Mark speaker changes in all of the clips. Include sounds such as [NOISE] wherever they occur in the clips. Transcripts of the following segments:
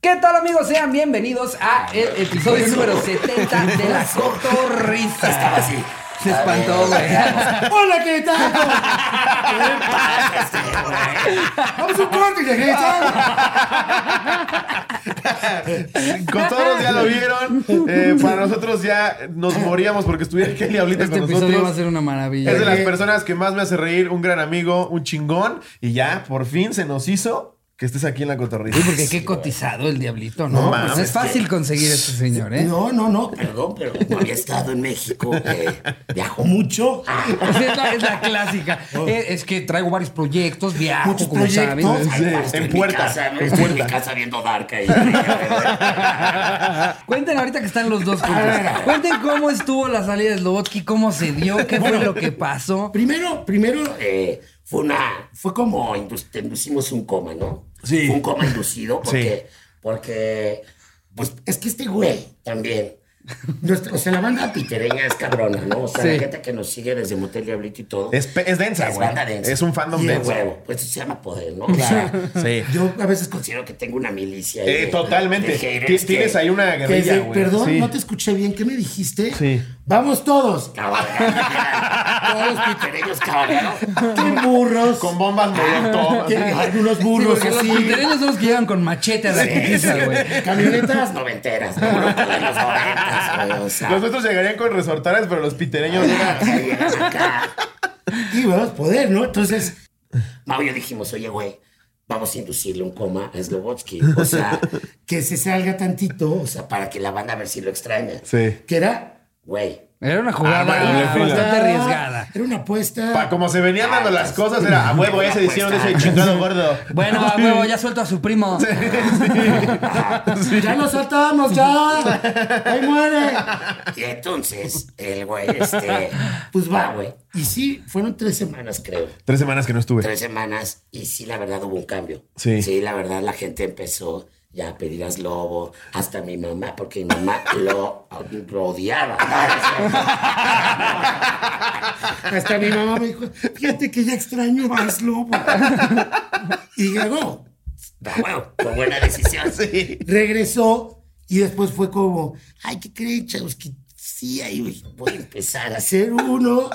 Speaker 1: ¿Qué tal amigos? Sean bienvenidos a el episodio número 70 de la cotorrisa. Estaba así. Se espantó, güey. [LAUGHS]
Speaker 2: ¡Hola, Querétaro! ¿Qué pasa, güey? ¡Vamos a un corte, Querétaro!
Speaker 3: Cotorros ya lo vieron. Eh, para nosotros ya nos moríamos porque estuviera Kelly ahorita
Speaker 1: Este
Speaker 3: con
Speaker 1: episodio
Speaker 3: nosotros.
Speaker 1: va a ser una maravilla.
Speaker 3: Es de las
Speaker 1: güey.
Speaker 3: personas que más me hace reír, un gran amigo, un chingón. Y ya, por fin se nos hizo que estés aquí en la cotorrita.
Speaker 1: Uy, porque qué cotizado el diablito, ¿no?
Speaker 3: No
Speaker 1: Pues
Speaker 3: mames,
Speaker 1: es fácil conseguir este señor, ¿eh? [LAUGHS]
Speaker 2: No, no, no, perdón, pero no había estado en México. eh, viajo mucho.
Speaker 1: Es la, es la clásica. Eh, Es que traigo varios proyectos, viajo,
Speaker 2: Muchos
Speaker 1: como
Speaker 2: proyectos.
Speaker 1: saben.
Speaker 3: Sí,
Speaker 2: Estoy
Speaker 3: en puerta.
Speaker 2: Mi casa, ¿no?
Speaker 3: en
Speaker 2: Estoy en mi
Speaker 3: puerta.
Speaker 2: casa viendo Dark ahí.
Speaker 1: Cuenten ahorita que están los dos juntos. Cuenten cómo estuvo la salida de Slobotsky, cómo se dio, qué fue lo que pasó.
Speaker 2: Primero, primero eh, fue una. Fue como indus- te inducimos un coma, ¿no?
Speaker 3: Sí.
Speaker 2: Fue un coma
Speaker 3: [LAUGHS]
Speaker 2: inducido porque. Porque. Pues es que este güey también. nuestra- o sea, la banda pitereña es cabrona, ¿no? O sea,
Speaker 1: Sí.
Speaker 2: la gente que nos sigue desde Motel Diablito y todo.
Speaker 3: Es pe- es densa, güey.
Speaker 2: banda densa.
Speaker 3: Es un fandom
Speaker 2: Y de
Speaker 3: denso.
Speaker 2: huevo. Pues eso se llama poder, ¿no? O sea,
Speaker 3: [LAUGHS] Sí.
Speaker 2: Yo a veces considero que tengo una milicia. ahí
Speaker 3: Eh,
Speaker 2: de-
Speaker 3: totalmente.
Speaker 2: de haters
Speaker 3: Tienes- tienes ahí una
Speaker 2: que
Speaker 3: guerrilla,
Speaker 2: de-
Speaker 3: güey.
Speaker 2: Perdón,
Speaker 3: Sí.
Speaker 2: no te escuché bien. ¿Qué me dijiste?
Speaker 3: Sí.
Speaker 2: Vamos todos. [LAUGHS] todos pitereños, cabrón. Qué burros.
Speaker 3: [LAUGHS] Con
Speaker 1: [LAUGHS]
Speaker 3: bombas molotov.
Speaker 2: Qué-
Speaker 3: [LAUGHS]
Speaker 2: Algunos burros
Speaker 1: Porque los
Speaker 2: así.
Speaker 1: puntereños son los que llegan con machete a la conquista, güey.
Speaker 2: Camionetas noventeras, ¿no? Los noventas, güey, o sea,
Speaker 3: Los otros llegarían con resortares, pero los pitereños llegan.
Speaker 2: Ahí llegas acá. Y vamos a poder, ¿no? Entonces, Mau y yo dijimos, oye, güey, vamos a inducirle un coma a Slobotsky. O sea, que se salga tantito, o sea, para que la banda a ver si lo extraña.
Speaker 3: Sí.
Speaker 2: Que era, güey.
Speaker 1: Era una
Speaker 2: ah,
Speaker 1: jugada
Speaker 3: doble fila.
Speaker 1: bastante arriesgada.
Speaker 2: Era una apuesta. [LAUGHS]
Speaker 3: Pa, como se venían dando las cosas, era a huevo, ya se hicieron de ese chingado gordo.
Speaker 1: Bueno, a huevo,
Speaker 3: [LAUGHS]
Speaker 1: ya suelto a su primo.
Speaker 2: Ya nos saltamos, ya. Ahí muere. Y entonces, el güey, este, pues va, güey. Y sí, fueron tres semanas, creo.
Speaker 3: Tres semanas que no estuve.
Speaker 2: Tres semanas y sí, la verdad hubo un cambio.
Speaker 3: Sí.
Speaker 2: la verdad la gente empezó ya a pedir a Slobo, hasta mi mamá, porque mi
Speaker 3: [LAUGHS]
Speaker 2: mamá lo, lo odiaba. hasta mi mamá me dijo, fíjate que ya extraño a Slobo. y llegó. Da huevo, fue buena decisión.
Speaker 3: Sí.
Speaker 2: Regresó y después fue como, ay, ¿qué creen, chavos? Que sí, ahí voy a empezar a hacer
Speaker 3: [LAUGHS]
Speaker 2: uno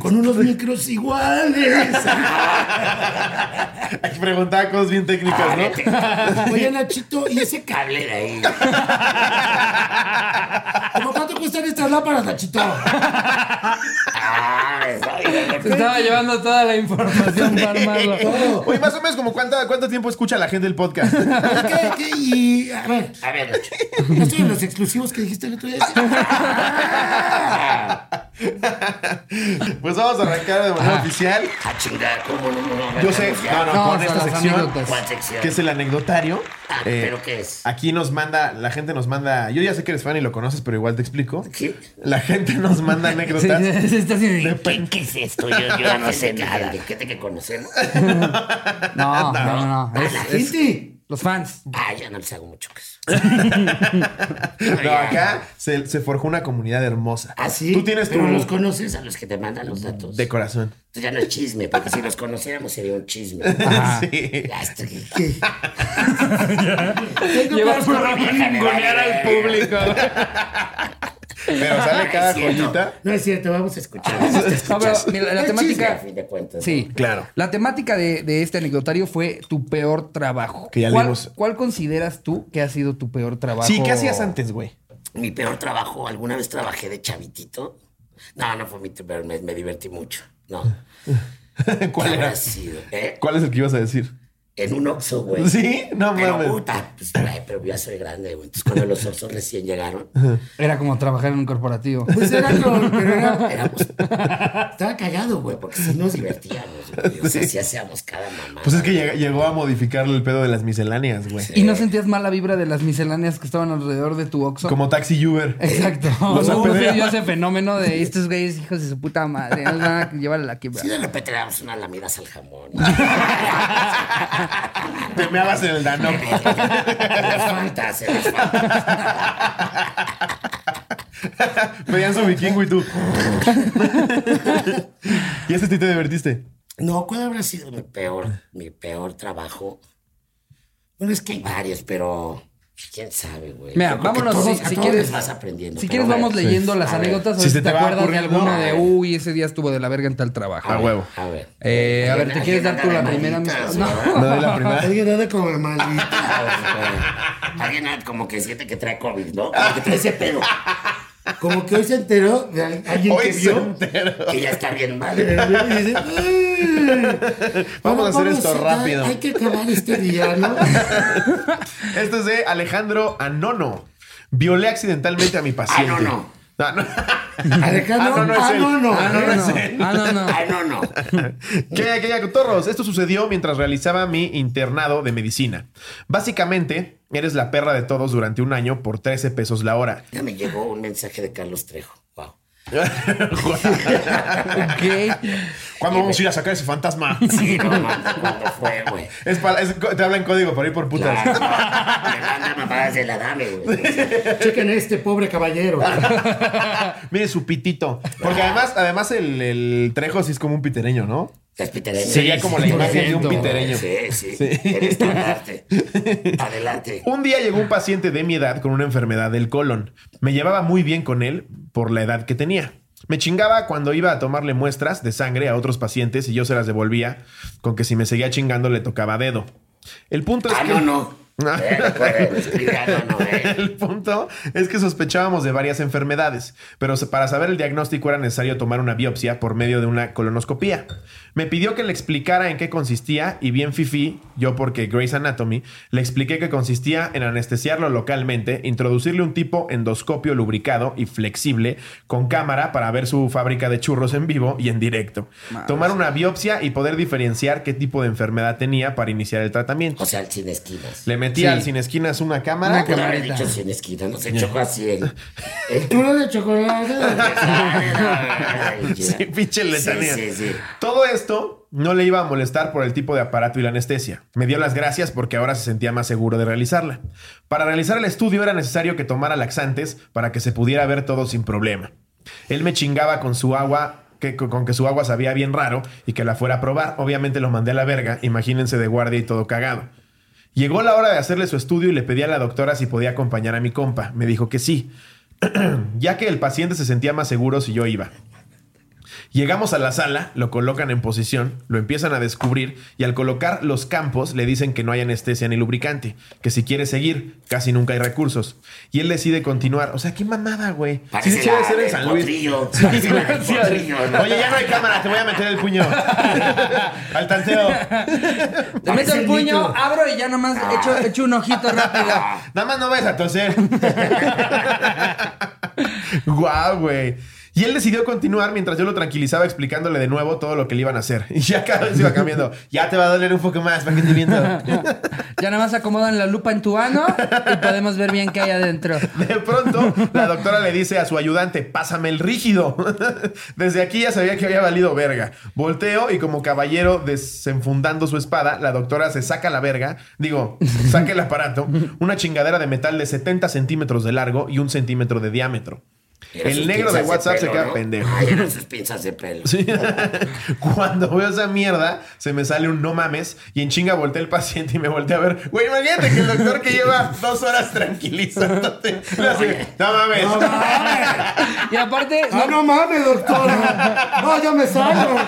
Speaker 2: con unos micros
Speaker 3: [LAUGHS]
Speaker 2: iguales.
Speaker 3: Hay que preguntar cosas bien técnicas, ¿no?
Speaker 2: Oye, Nachito, ¿y ese cable de ahí? ¿Cómo cuánto cuestan estas lámparas, Nachito? Ah,
Speaker 1: Se estaba llevando toda la información para armarlo.
Speaker 3: [LAUGHS] Oye, más o menos como cuánta- cuánto tiempo escucha la gente el podcast.
Speaker 2: [LAUGHS] ¿Qué, qué? Y, a ver, a ver, Nacho, ¿no estoy en los exclusivos que dijiste el otro
Speaker 3: [LAUGHS]
Speaker 2: día?
Speaker 3: Pues vamos a arrancar de manera oficial.
Speaker 2: A chingar, ¿cómo no? no, Ah. no
Speaker 3: Yo sé, no, no,
Speaker 1: No,
Speaker 3: con
Speaker 1: o sea,
Speaker 3: esta
Speaker 1: las
Speaker 3: sección,
Speaker 1: anécdotas.
Speaker 2: ¿Cuál sección?
Speaker 3: que es el anecdotario.
Speaker 2: Ah,
Speaker 3: eh,
Speaker 2: ¿pero qué es?
Speaker 3: Aquí nos manda, la gente nos manda, yo ya sé que eres fan y lo conoces, pero igual te explico.
Speaker 2: ¿Qué?
Speaker 3: La gente nos manda
Speaker 1: Sí,
Speaker 3: anécdotas.
Speaker 1: sí, sí, está así de-
Speaker 2: ¿Qué, qué es esto? Yo,
Speaker 3: [LAUGHS]
Speaker 2: yo ya no sé nada. ¿Qué te que conocer? [LAUGHS]
Speaker 1: No, no, no.
Speaker 2: Ah,
Speaker 1: es-
Speaker 2: la
Speaker 1: es-
Speaker 2: gente.
Speaker 1: los fans.
Speaker 2: Ah, ya no les hago mucho
Speaker 3: [LAUGHS]
Speaker 2: caso.
Speaker 3: No, acá se, se forjó una comunidad hermosa.
Speaker 2: ¿Ah, sí?
Speaker 3: Tú tienes tu
Speaker 2: Pero los conoces a los que te mandan los datos.
Speaker 3: de corazón.
Speaker 2: Esto ya no es chisme, porque si los conociéramos sería un
Speaker 3: [LAUGHS]
Speaker 2: chisme.
Speaker 1: Ajá.
Speaker 3: Sí.
Speaker 2: Ya estoy-
Speaker 3: [LAUGHS]
Speaker 2: ¿Qué?
Speaker 1: Lleva el programa a ningunear al público.
Speaker 2: [LAUGHS]
Speaker 3: Pero sale cada
Speaker 2: No es cierto.
Speaker 3: joyita.
Speaker 2: No es cierto, vamos a escuchar. Vamos
Speaker 3: [LAUGHS]
Speaker 2: a
Speaker 1: No,
Speaker 2: escuchar.
Speaker 1: pero mira, la
Speaker 2: [LAUGHS] Es chisme, a
Speaker 1: temática.
Speaker 2: fin de cuentas.
Speaker 1: Sí.
Speaker 3: Claro.
Speaker 1: La temática de, de este anecdotario fue tu peor trabajo.
Speaker 3: Que ya
Speaker 1: ¿Cuál,
Speaker 3: leímos.
Speaker 1: ¿Cuál consideras tú que ha sido tu peor trabajo?
Speaker 3: Sí, ¿qué hacías antes, güey? [LAUGHS]
Speaker 2: Mi peor trabajo, ¿alguna vez trabajé de chavitito? No, no fue mi peor, me, me divertí mucho. No.
Speaker 3: ¿Cuál
Speaker 2: ¿Qué
Speaker 3: era?
Speaker 2: habrá sido, eh?
Speaker 3: ¿Cuál es el que ibas a decir?
Speaker 2: En un Oxxo, güey.
Speaker 3: Sí, no
Speaker 2: pero,
Speaker 3: mames.
Speaker 2: Puta, pues, güey, pero yo ya soy grande, güey. Entonces, cuando los Oxxos recién llegaron,
Speaker 1: Era como trabajar en un corporativo.
Speaker 2: pues
Speaker 3: [LAUGHS]
Speaker 2: era con... Pero era, [LAUGHS] éramos- estaba cagado, güey, porque si nos divertíamos, güey. O sea,
Speaker 3: Sí.
Speaker 2: sí hacíamos cada mamá.
Speaker 3: Pues es que lleg- llegó a modificarle el pedo de las misceláneas, güey.
Speaker 1: ¿Y no sentías mala vibra de las misceláneas que estaban alrededor de tu Oxxo?
Speaker 3: Como taxi Uber.
Speaker 1: [LAUGHS]
Speaker 3: [LAUGHS]
Speaker 1: Exacto. [LAUGHS]
Speaker 3: Los
Speaker 1: Uno
Speaker 3: apedreaban.
Speaker 1: se dio ese fenómeno de estos güeyes hijos de su puta madre. Nos van a llevar a la quiebra.
Speaker 2: Sí, de repente le damos unas lamidas al jamón.
Speaker 3: Ah, Te meabas en
Speaker 2: [LAUGHS]
Speaker 3: el dano.
Speaker 2: Las faltas, se las faltas.
Speaker 3: Pedían su vikingo y tú. [LAUGHS] ¿Y este sí te divertiste?
Speaker 2: No, ¿cuál habrá sido mi peor, mi peor trabajo? Bueno, es que hay varios, pero quién sabe, güey.
Speaker 1: Mira,
Speaker 2: Yo creo que
Speaker 1: vámonos,
Speaker 2: todos-
Speaker 1: si-
Speaker 2: a
Speaker 1: si
Speaker 2: todos
Speaker 1: quieres-
Speaker 2: les vas aprendiendo.
Speaker 1: Si
Speaker 2: pero
Speaker 1: quieres,
Speaker 2: bueno.
Speaker 1: vamos leyendo las
Speaker 2: A ver,
Speaker 1: anécdotas. a
Speaker 3: si
Speaker 1: ver
Speaker 3: se te
Speaker 1: te
Speaker 3: va
Speaker 1: acuerdas de
Speaker 3: ocurriendo,
Speaker 1: alguna
Speaker 3: a
Speaker 1: de,
Speaker 3: ver. Ah,
Speaker 1: uy, ese día estuvo de la verga en tal
Speaker 3: A
Speaker 1: trabajo.
Speaker 3: huevo.
Speaker 2: A
Speaker 1: [LAUGHS]
Speaker 2: ver.
Speaker 1: Eh, a ver, ¿te
Speaker 2: Hay
Speaker 1: quieres
Speaker 2: que
Speaker 1: dar tú la
Speaker 2: darle
Speaker 1: primera?
Speaker 2: manitas,
Speaker 1: No.
Speaker 2: ¿verdad?
Speaker 3: No de la primera.
Speaker 4: Alguien anda como el maldito.
Speaker 2: Alguien ah, como que siente que trae COVID, ¿no? Como que trae ese pedo.
Speaker 4: Como que hoy se enteró de al- alguien
Speaker 3: Hoy
Speaker 4: que
Speaker 3: se
Speaker 4: vio.
Speaker 3: entero.
Speaker 2: Que ya está bien mal.
Speaker 4: y dice, "Ay,
Speaker 3: Vamos a hacer
Speaker 4: vamos,
Speaker 3: esto
Speaker 4: hay-
Speaker 3: rápido.
Speaker 4: Hay que acabar este
Speaker 3: [LAUGHS]
Speaker 4: día, ¿no?
Speaker 3: Esto es de Alejandro Anono. Violé accidentalmente a mi paciente.
Speaker 2: Anono.
Speaker 3: Ah, no. [LAUGHS]
Speaker 4: Alejandro,
Speaker 3: Ah, no, no es
Speaker 4: ah,
Speaker 3: él.
Speaker 4: no, no.
Speaker 1: Ah, no,
Speaker 3: [LAUGHS]
Speaker 1: no,
Speaker 3: Bueno.
Speaker 1: no. Ah, no, no.
Speaker 2: Ah, no, no.
Speaker 3: ¿Qué hay, qué hay, cotorros? Esto sucedió mientras realizaba mi internado de medicina. Básicamente, eres la perra de todos durante un año por 13 pesos la hora.
Speaker 2: Ya me llegó un mensaje de Carlos Trejo. Wow.
Speaker 1: Ok.
Speaker 3: ¿Cuándo vamos a ir a sacar ese [LAUGHS] fantasma?
Speaker 2: Sí, no mames, ¿cuándo fue, güey?
Speaker 3: Es para- es- te hablan código por ahí por putas.
Speaker 2: Claro, me manda mamadas de la dame, güey.
Speaker 4: Chequen a este pobre caballero.
Speaker 3: [LAUGHS] Mire su pitito. Porque además, además el, el trejo sí es como un pitereño, ¿no?
Speaker 2: Estás pitereño.
Speaker 3: Sería como la
Speaker 1: sí,
Speaker 3: imagen de
Speaker 1: siento.
Speaker 3: un pitereño.
Speaker 2: Sí, sí. Eres tan arte. Adelante.
Speaker 3: Un día llegó un paciente de mi edad con una enfermedad del colon. Me llevaba muy bien con él por la edad que tenía. Me chingaba cuando iba a tomarle muestras de sangre a otros pacientes y yo se las devolvía, con que si me seguía chingando le tocaba dedo. El punto [LAUGHS] es
Speaker 2: Ah,
Speaker 3: que.
Speaker 2: no, no. Eh, recuerden, escribe, ah, no, no, eh.
Speaker 3: El punto es que sospechábamos de varias enfermedades, pero se- para saber el diagnóstico era necesario tomar una biopsia por medio de una colonoscopía. Me pidió que le explicara en qué consistía y bien fifi, yo porque Grey's Anatomy, le expliqué que consistía en anestesiarlo localmente, introducirle un tipo endoscopio lubricado y flexible con cámara para ver su fábrica de churros en vivo y en directo. Tomar una biopsia y poder diferenciar qué tipo de enfermedad tenía para iniciar el tratamiento.
Speaker 2: O sea, el sin esquinas.
Speaker 3: Le metí
Speaker 1: Sí.
Speaker 3: al sin esquinas una cámara.
Speaker 1: Una
Speaker 2: Pudo haber
Speaker 1: camarita.
Speaker 2: dicho sin esquinas, no se chocó así
Speaker 3: [LAUGHS]
Speaker 2: el. el-
Speaker 4: Puro de chocolate.
Speaker 3: Sí, pinche letanía.
Speaker 2: Sí, sí, sí.
Speaker 3: Todo esto no le iba a molestar por el tipo de aparato y la anestesia. Me dio las gracias porque ahora se sentía más seguro de realizarla. Para realizar el estudio era necesario que tomara laxantes para que se pudiera ver todo sin problema. Él me chingaba con su agua. Que, con que su agua sabía bien raro y que la fuera a probar. Obviamente lo mandé a la verga, imagínense de guardia y todo cagado. Llegó la hora de hacerle su estudio y le pedí a la doctora si podía acompañar a mi compa. Me dijo que sí, [CLEARS THROAT] ya que el paciente se sentía más seguro si yo iba. Llegamos a la sala, lo colocan en posición, lo empiezan a descubrir y al colocar los campos le dicen que no hay anestesia ni lubricante, que si quiere seguir, casi nunca hay recursos. Y él decide continuar. O sea, qué mamada, güey. Sí,
Speaker 2: Parece
Speaker 3: sí, debe
Speaker 2: la
Speaker 3: ser en
Speaker 2: del
Speaker 3: San Luis.
Speaker 2: potrillo.
Speaker 3: [LAUGHS] Sí,
Speaker 2: Parece la del
Speaker 3: sí,
Speaker 2: potrillo, ¿no?
Speaker 3: Oye, ya no hay cámara, te voy a meter el puño.
Speaker 2: [LAUGHS]
Speaker 3: al tanteo.
Speaker 1: Le meto el puño, abro y ya nomás echo, echo un ojito rápido.
Speaker 3: [LAUGHS] Nada más no vayas a toser. Guau, güey. Y él decidió continuar mientras yo lo tranquilizaba explicándole de nuevo todo lo que le iban a hacer. [LAUGHS] Y ya cada vez iba cambiando. Ya te va a doler un poco más, para que te viendo.
Speaker 1: Ya nada más acomodan la lupa en tu ano y podemos ver bien qué hay adentro.
Speaker 3: De pronto, la doctora le dice a su ayudante, pásame el rígido. [LAUGHS] Desde aquí ya sabía que había valido verga. Volteo y como caballero desenfundando su espada, la doctora se saca la verga, digo, saca el aparato, una chingadera de metal de 70 centímetros de largo y un centímetro de diámetro.
Speaker 2: Eran
Speaker 3: el
Speaker 2: sus
Speaker 3: negro de
Speaker 2: pinzas
Speaker 3: WhatsApp se
Speaker 2: pelo,
Speaker 3: queda
Speaker 2: ¿no?
Speaker 3: pendejo.
Speaker 2: Ay, eran sus pinzas de pelo.
Speaker 3: Sí. Cuando veo esa mierda, se me sale un no mames y en chinga volteé el paciente y me volteé a ver. Güey, imagínate que el doctor que lleva dos horas tranquilizándote. le hace, no mames.
Speaker 4: No mames.
Speaker 1: Y aparte,
Speaker 4: Ah, no mames, doctora. No, yo me salgo.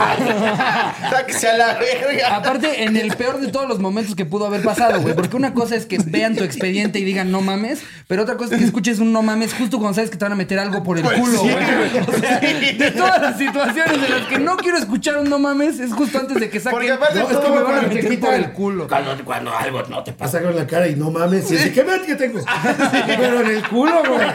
Speaker 3: [LAUGHS] Sáquese a la verga.
Speaker 1: Aparte, en el peor de todos los momentos que pudo haber pasado, güey. Porque una cosa es que vean tu expediente y digan no mames, pero otra cosa es que escuches un no mames justo cuando sabes que te van a meter algo por el
Speaker 3: Pues
Speaker 1: culo,
Speaker 3: sí,
Speaker 1: güey.
Speaker 3: güey.
Speaker 1: O sea, de todas las situaciones de las que no quiero escuchar un no mames, es justo antes de que saquen.
Speaker 3: Porque aparte
Speaker 1: "No,
Speaker 4: pues,
Speaker 1: es que
Speaker 3: todo
Speaker 1: me van a
Speaker 3: cuando
Speaker 4: te
Speaker 1: meter por
Speaker 4: quitan-
Speaker 1: el culo.
Speaker 2: Cuando, cuando algo no te pasa.
Speaker 4: Pasa con la cara y no mames. Y dice, ¿qué ves que tengo? Pero en el culo, güey.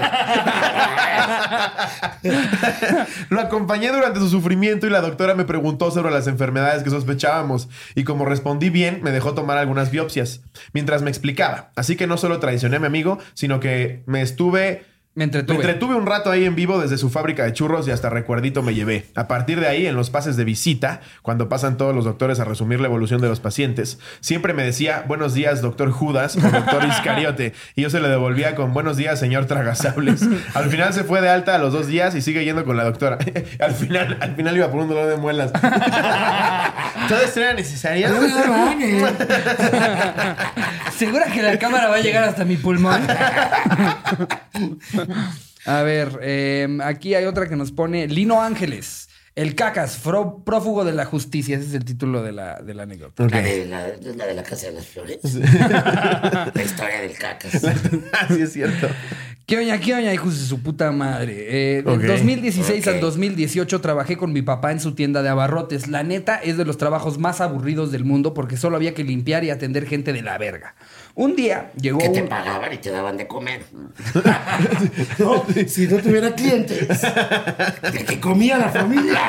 Speaker 3: Lo acompañé durante su sufrimiento y la doctora me preguntó sobre las enfermedades que sospechábamos y como respondí bien, me dejó tomar algunas biopsias mientras me explicaba. Así que no solo traicioné a mi amigo, sino que me estuve...
Speaker 1: Me entretuve.
Speaker 3: Me entretuve un rato ahí en vivo desde su fábrica de churros y hasta recuerdito me llevé. A partir de ahí, en los pases de visita, cuando pasan todos los doctores a resumir la evolución de los pacientes, siempre me decía, buenos días, doctor Judas o doctor Iscariote. Y yo se le devolvía con, buenos días, señor Tragasables. Al final se fue de alta a los dos [LAUGHS] días y sigue yendo con la doctora. al, final, al final iba por un dolor de muelas. ¿Todas eran necesarias?
Speaker 4: No se van, eh.
Speaker 3: [LAUGHS]
Speaker 1: ¿Segura que la cámara va a llegar hasta mi pulmón? A ver, eh, aquí hay otra que nos pone Lino Ángeles. El cacas, fro- prófugo de la justicia. Ese es el título de la, de la anécdota.
Speaker 3: Ok.
Speaker 2: La, de la, la de la Casa de las Flores. [LAUGHS] la historia del cacas.
Speaker 3: Así es cierto.
Speaker 1: ¿Qué oña, qué oña, hijos de su puta madre? Eh,
Speaker 3: Ok,
Speaker 1: Del 2016
Speaker 2: ok.
Speaker 1: al 2018 trabajé con mi papá en su tienda de abarrotes. La neta es de los trabajos más aburridos del mundo porque solo había que limpiar y atender gente de la verga. Un día llegó
Speaker 2: Que te
Speaker 1: un...
Speaker 2: pagaban y te daban de comer.
Speaker 4: No, si no tuviera clientes,
Speaker 2: De
Speaker 4: que
Speaker 2: que
Speaker 4: comía la familia.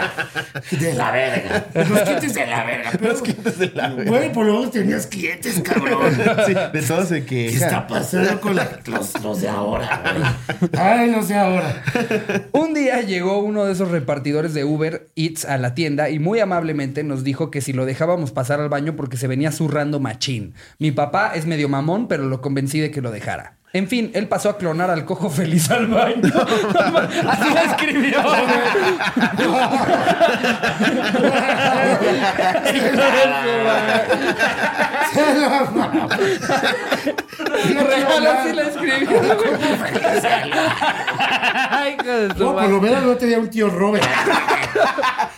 Speaker 2: de la verga. Los clientes de la verga. Pero,
Speaker 3: Desde la-
Speaker 4: Bueno, por lo menos tenías
Speaker 2: Tenías clientes, cabrón.
Speaker 3: Sí, de todo se que.
Speaker 2: ¿Qué está pasando con la- los, los de ahora?
Speaker 4: [LAUGHS]
Speaker 2: güey?
Speaker 4: Ay, no sé ahora.
Speaker 1: Un día llegó uno de esos repartidores de Uber Eats a la tienda y muy amablemente nos dijo que si lo dejábamos pasar al baño porque se venía zurrando machín. Mi papá es medio mamón, pero lo convencí de que lo dejara. En fin, él pasó a clonar al cojo feliz al baño. [LAUGHS] Así lo [LAUGHS] escribió. Real, así lo escribió. Ay, hijo de su
Speaker 4: No, por
Speaker 1: madre.
Speaker 4: lo menos no tenía un tío Robert.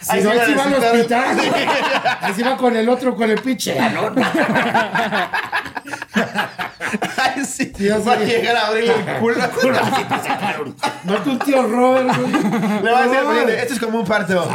Speaker 4: Si
Speaker 3: Ahí
Speaker 4: no,
Speaker 3: sí la
Speaker 4: así va al
Speaker 3: necesitaba.
Speaker 4: hospital.
Speaker 3: [LAUGHS]
Speaker 4: Así va con el otro, con el pinche.
Speaker 3: Ay, [LAUGHS] sí.
Speaker 4: Dios
Speaker 3: va a
Speaker 4: mío.
Speaker 3: llegar a abrirle el [LAUGHS] culo.
Speaker 4: No que un tío Robert. güey.
Speaker 3: Le va a decir al presidente, esto es como un parto.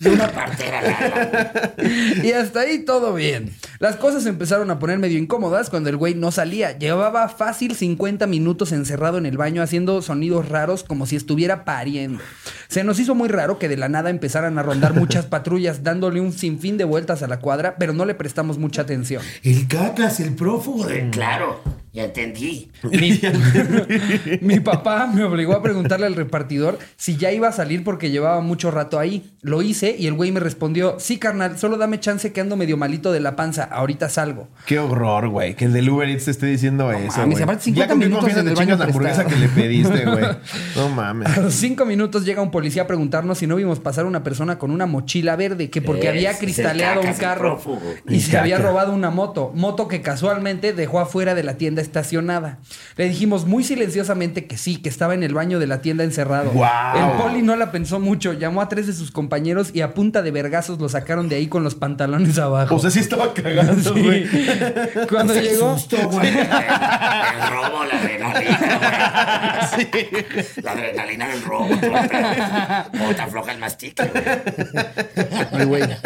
Speaker 2: Y una partera larga.
Speaker 1: [LAUGHS] Y hasta ahí todo bien. Las cosas empezaron a poner medio incómodas cuando el güey no salía. Llevaba fácil 50 minutos encerrado en el baño haciendo sonidos raros como si estuviera pariendo. Se nos hizo muy raro que de la nada empezaran a rondar muchas patrullas dándole un sinfín de vueltas a la cuadra, pero no le prestamos mucha atención.
Speaker 4: El cacas, el prófugo de.
Speaker 2: Güey, Claro, ya entendí.
Speaker 1: Mi, [LAUGHS] mi papá me obligó a preguntarle al repartidor si ya iba a salir porque llevaba mucho rato ahí. Lo hice y el güey me respondió, sí carnal, solo dame chance que ando medio malito de la panza, ahorita salgo.
Speaker 3: [LAUGHS] Qué horror, güey. Que el del Uber Eats te esté diciendo eso.
Speaker 1: mames,
Speaker 3: güey.
Speaker 1: aparte 50
Speaker 3: Ya con qué
Speaker 1: minutos
Speaker 3: confianza
Speaker 1: en
Speaker 3: te
Speaker 1: el
Speaker 3: chingas la
Speaker 1: baño
Speaker 3: hamburguesa que
Speaker 1: prestado.
Speaker 3: le pediste, güey. No mames.
Speaker 1: A los cinco minutos llega un policía a preguntarnos si no vimos pasar una persona con una mochila verde, que porque
Speaker 2: Ese
Speaker 1: había
Speaker 2: es el
Speaker 1: cristaleado un
Speaker 2: cacas, el
Speaker 1: carro
Speaker 2: prófugo.
Speaker 1: y
Speaker 3: El
Speaker 1: se había
Speaker 3: caca.
Speaker 1: robado una moto, moto que casualmente dejó afuera de la tienda estacionada. Le dijimos muy silenciosamente que sí, que estaba en el baño de la tienda encerrado.
Speaker 3: Guau.
Speaker 1: El poli no la pensó mucho, llamó a tres de sus compañeros y a punta de vergazos lo sacaron de ahí con los pantalones abajo.
Speaker 3: O sea, sí estaba
Speaker 1: [LAUGHS]
Speaker 3: cagando,
Speaker 1: Sí.
Speaker 3: güey.
Speaker 1: Cuando llegó,
Speaker 2: Justo, güey. El, el robo, la adrenalina. güey. La adrenalina del robo. O te afloja el mastique, güey.
Speaker 1: Ay, güey. [LAUGHS]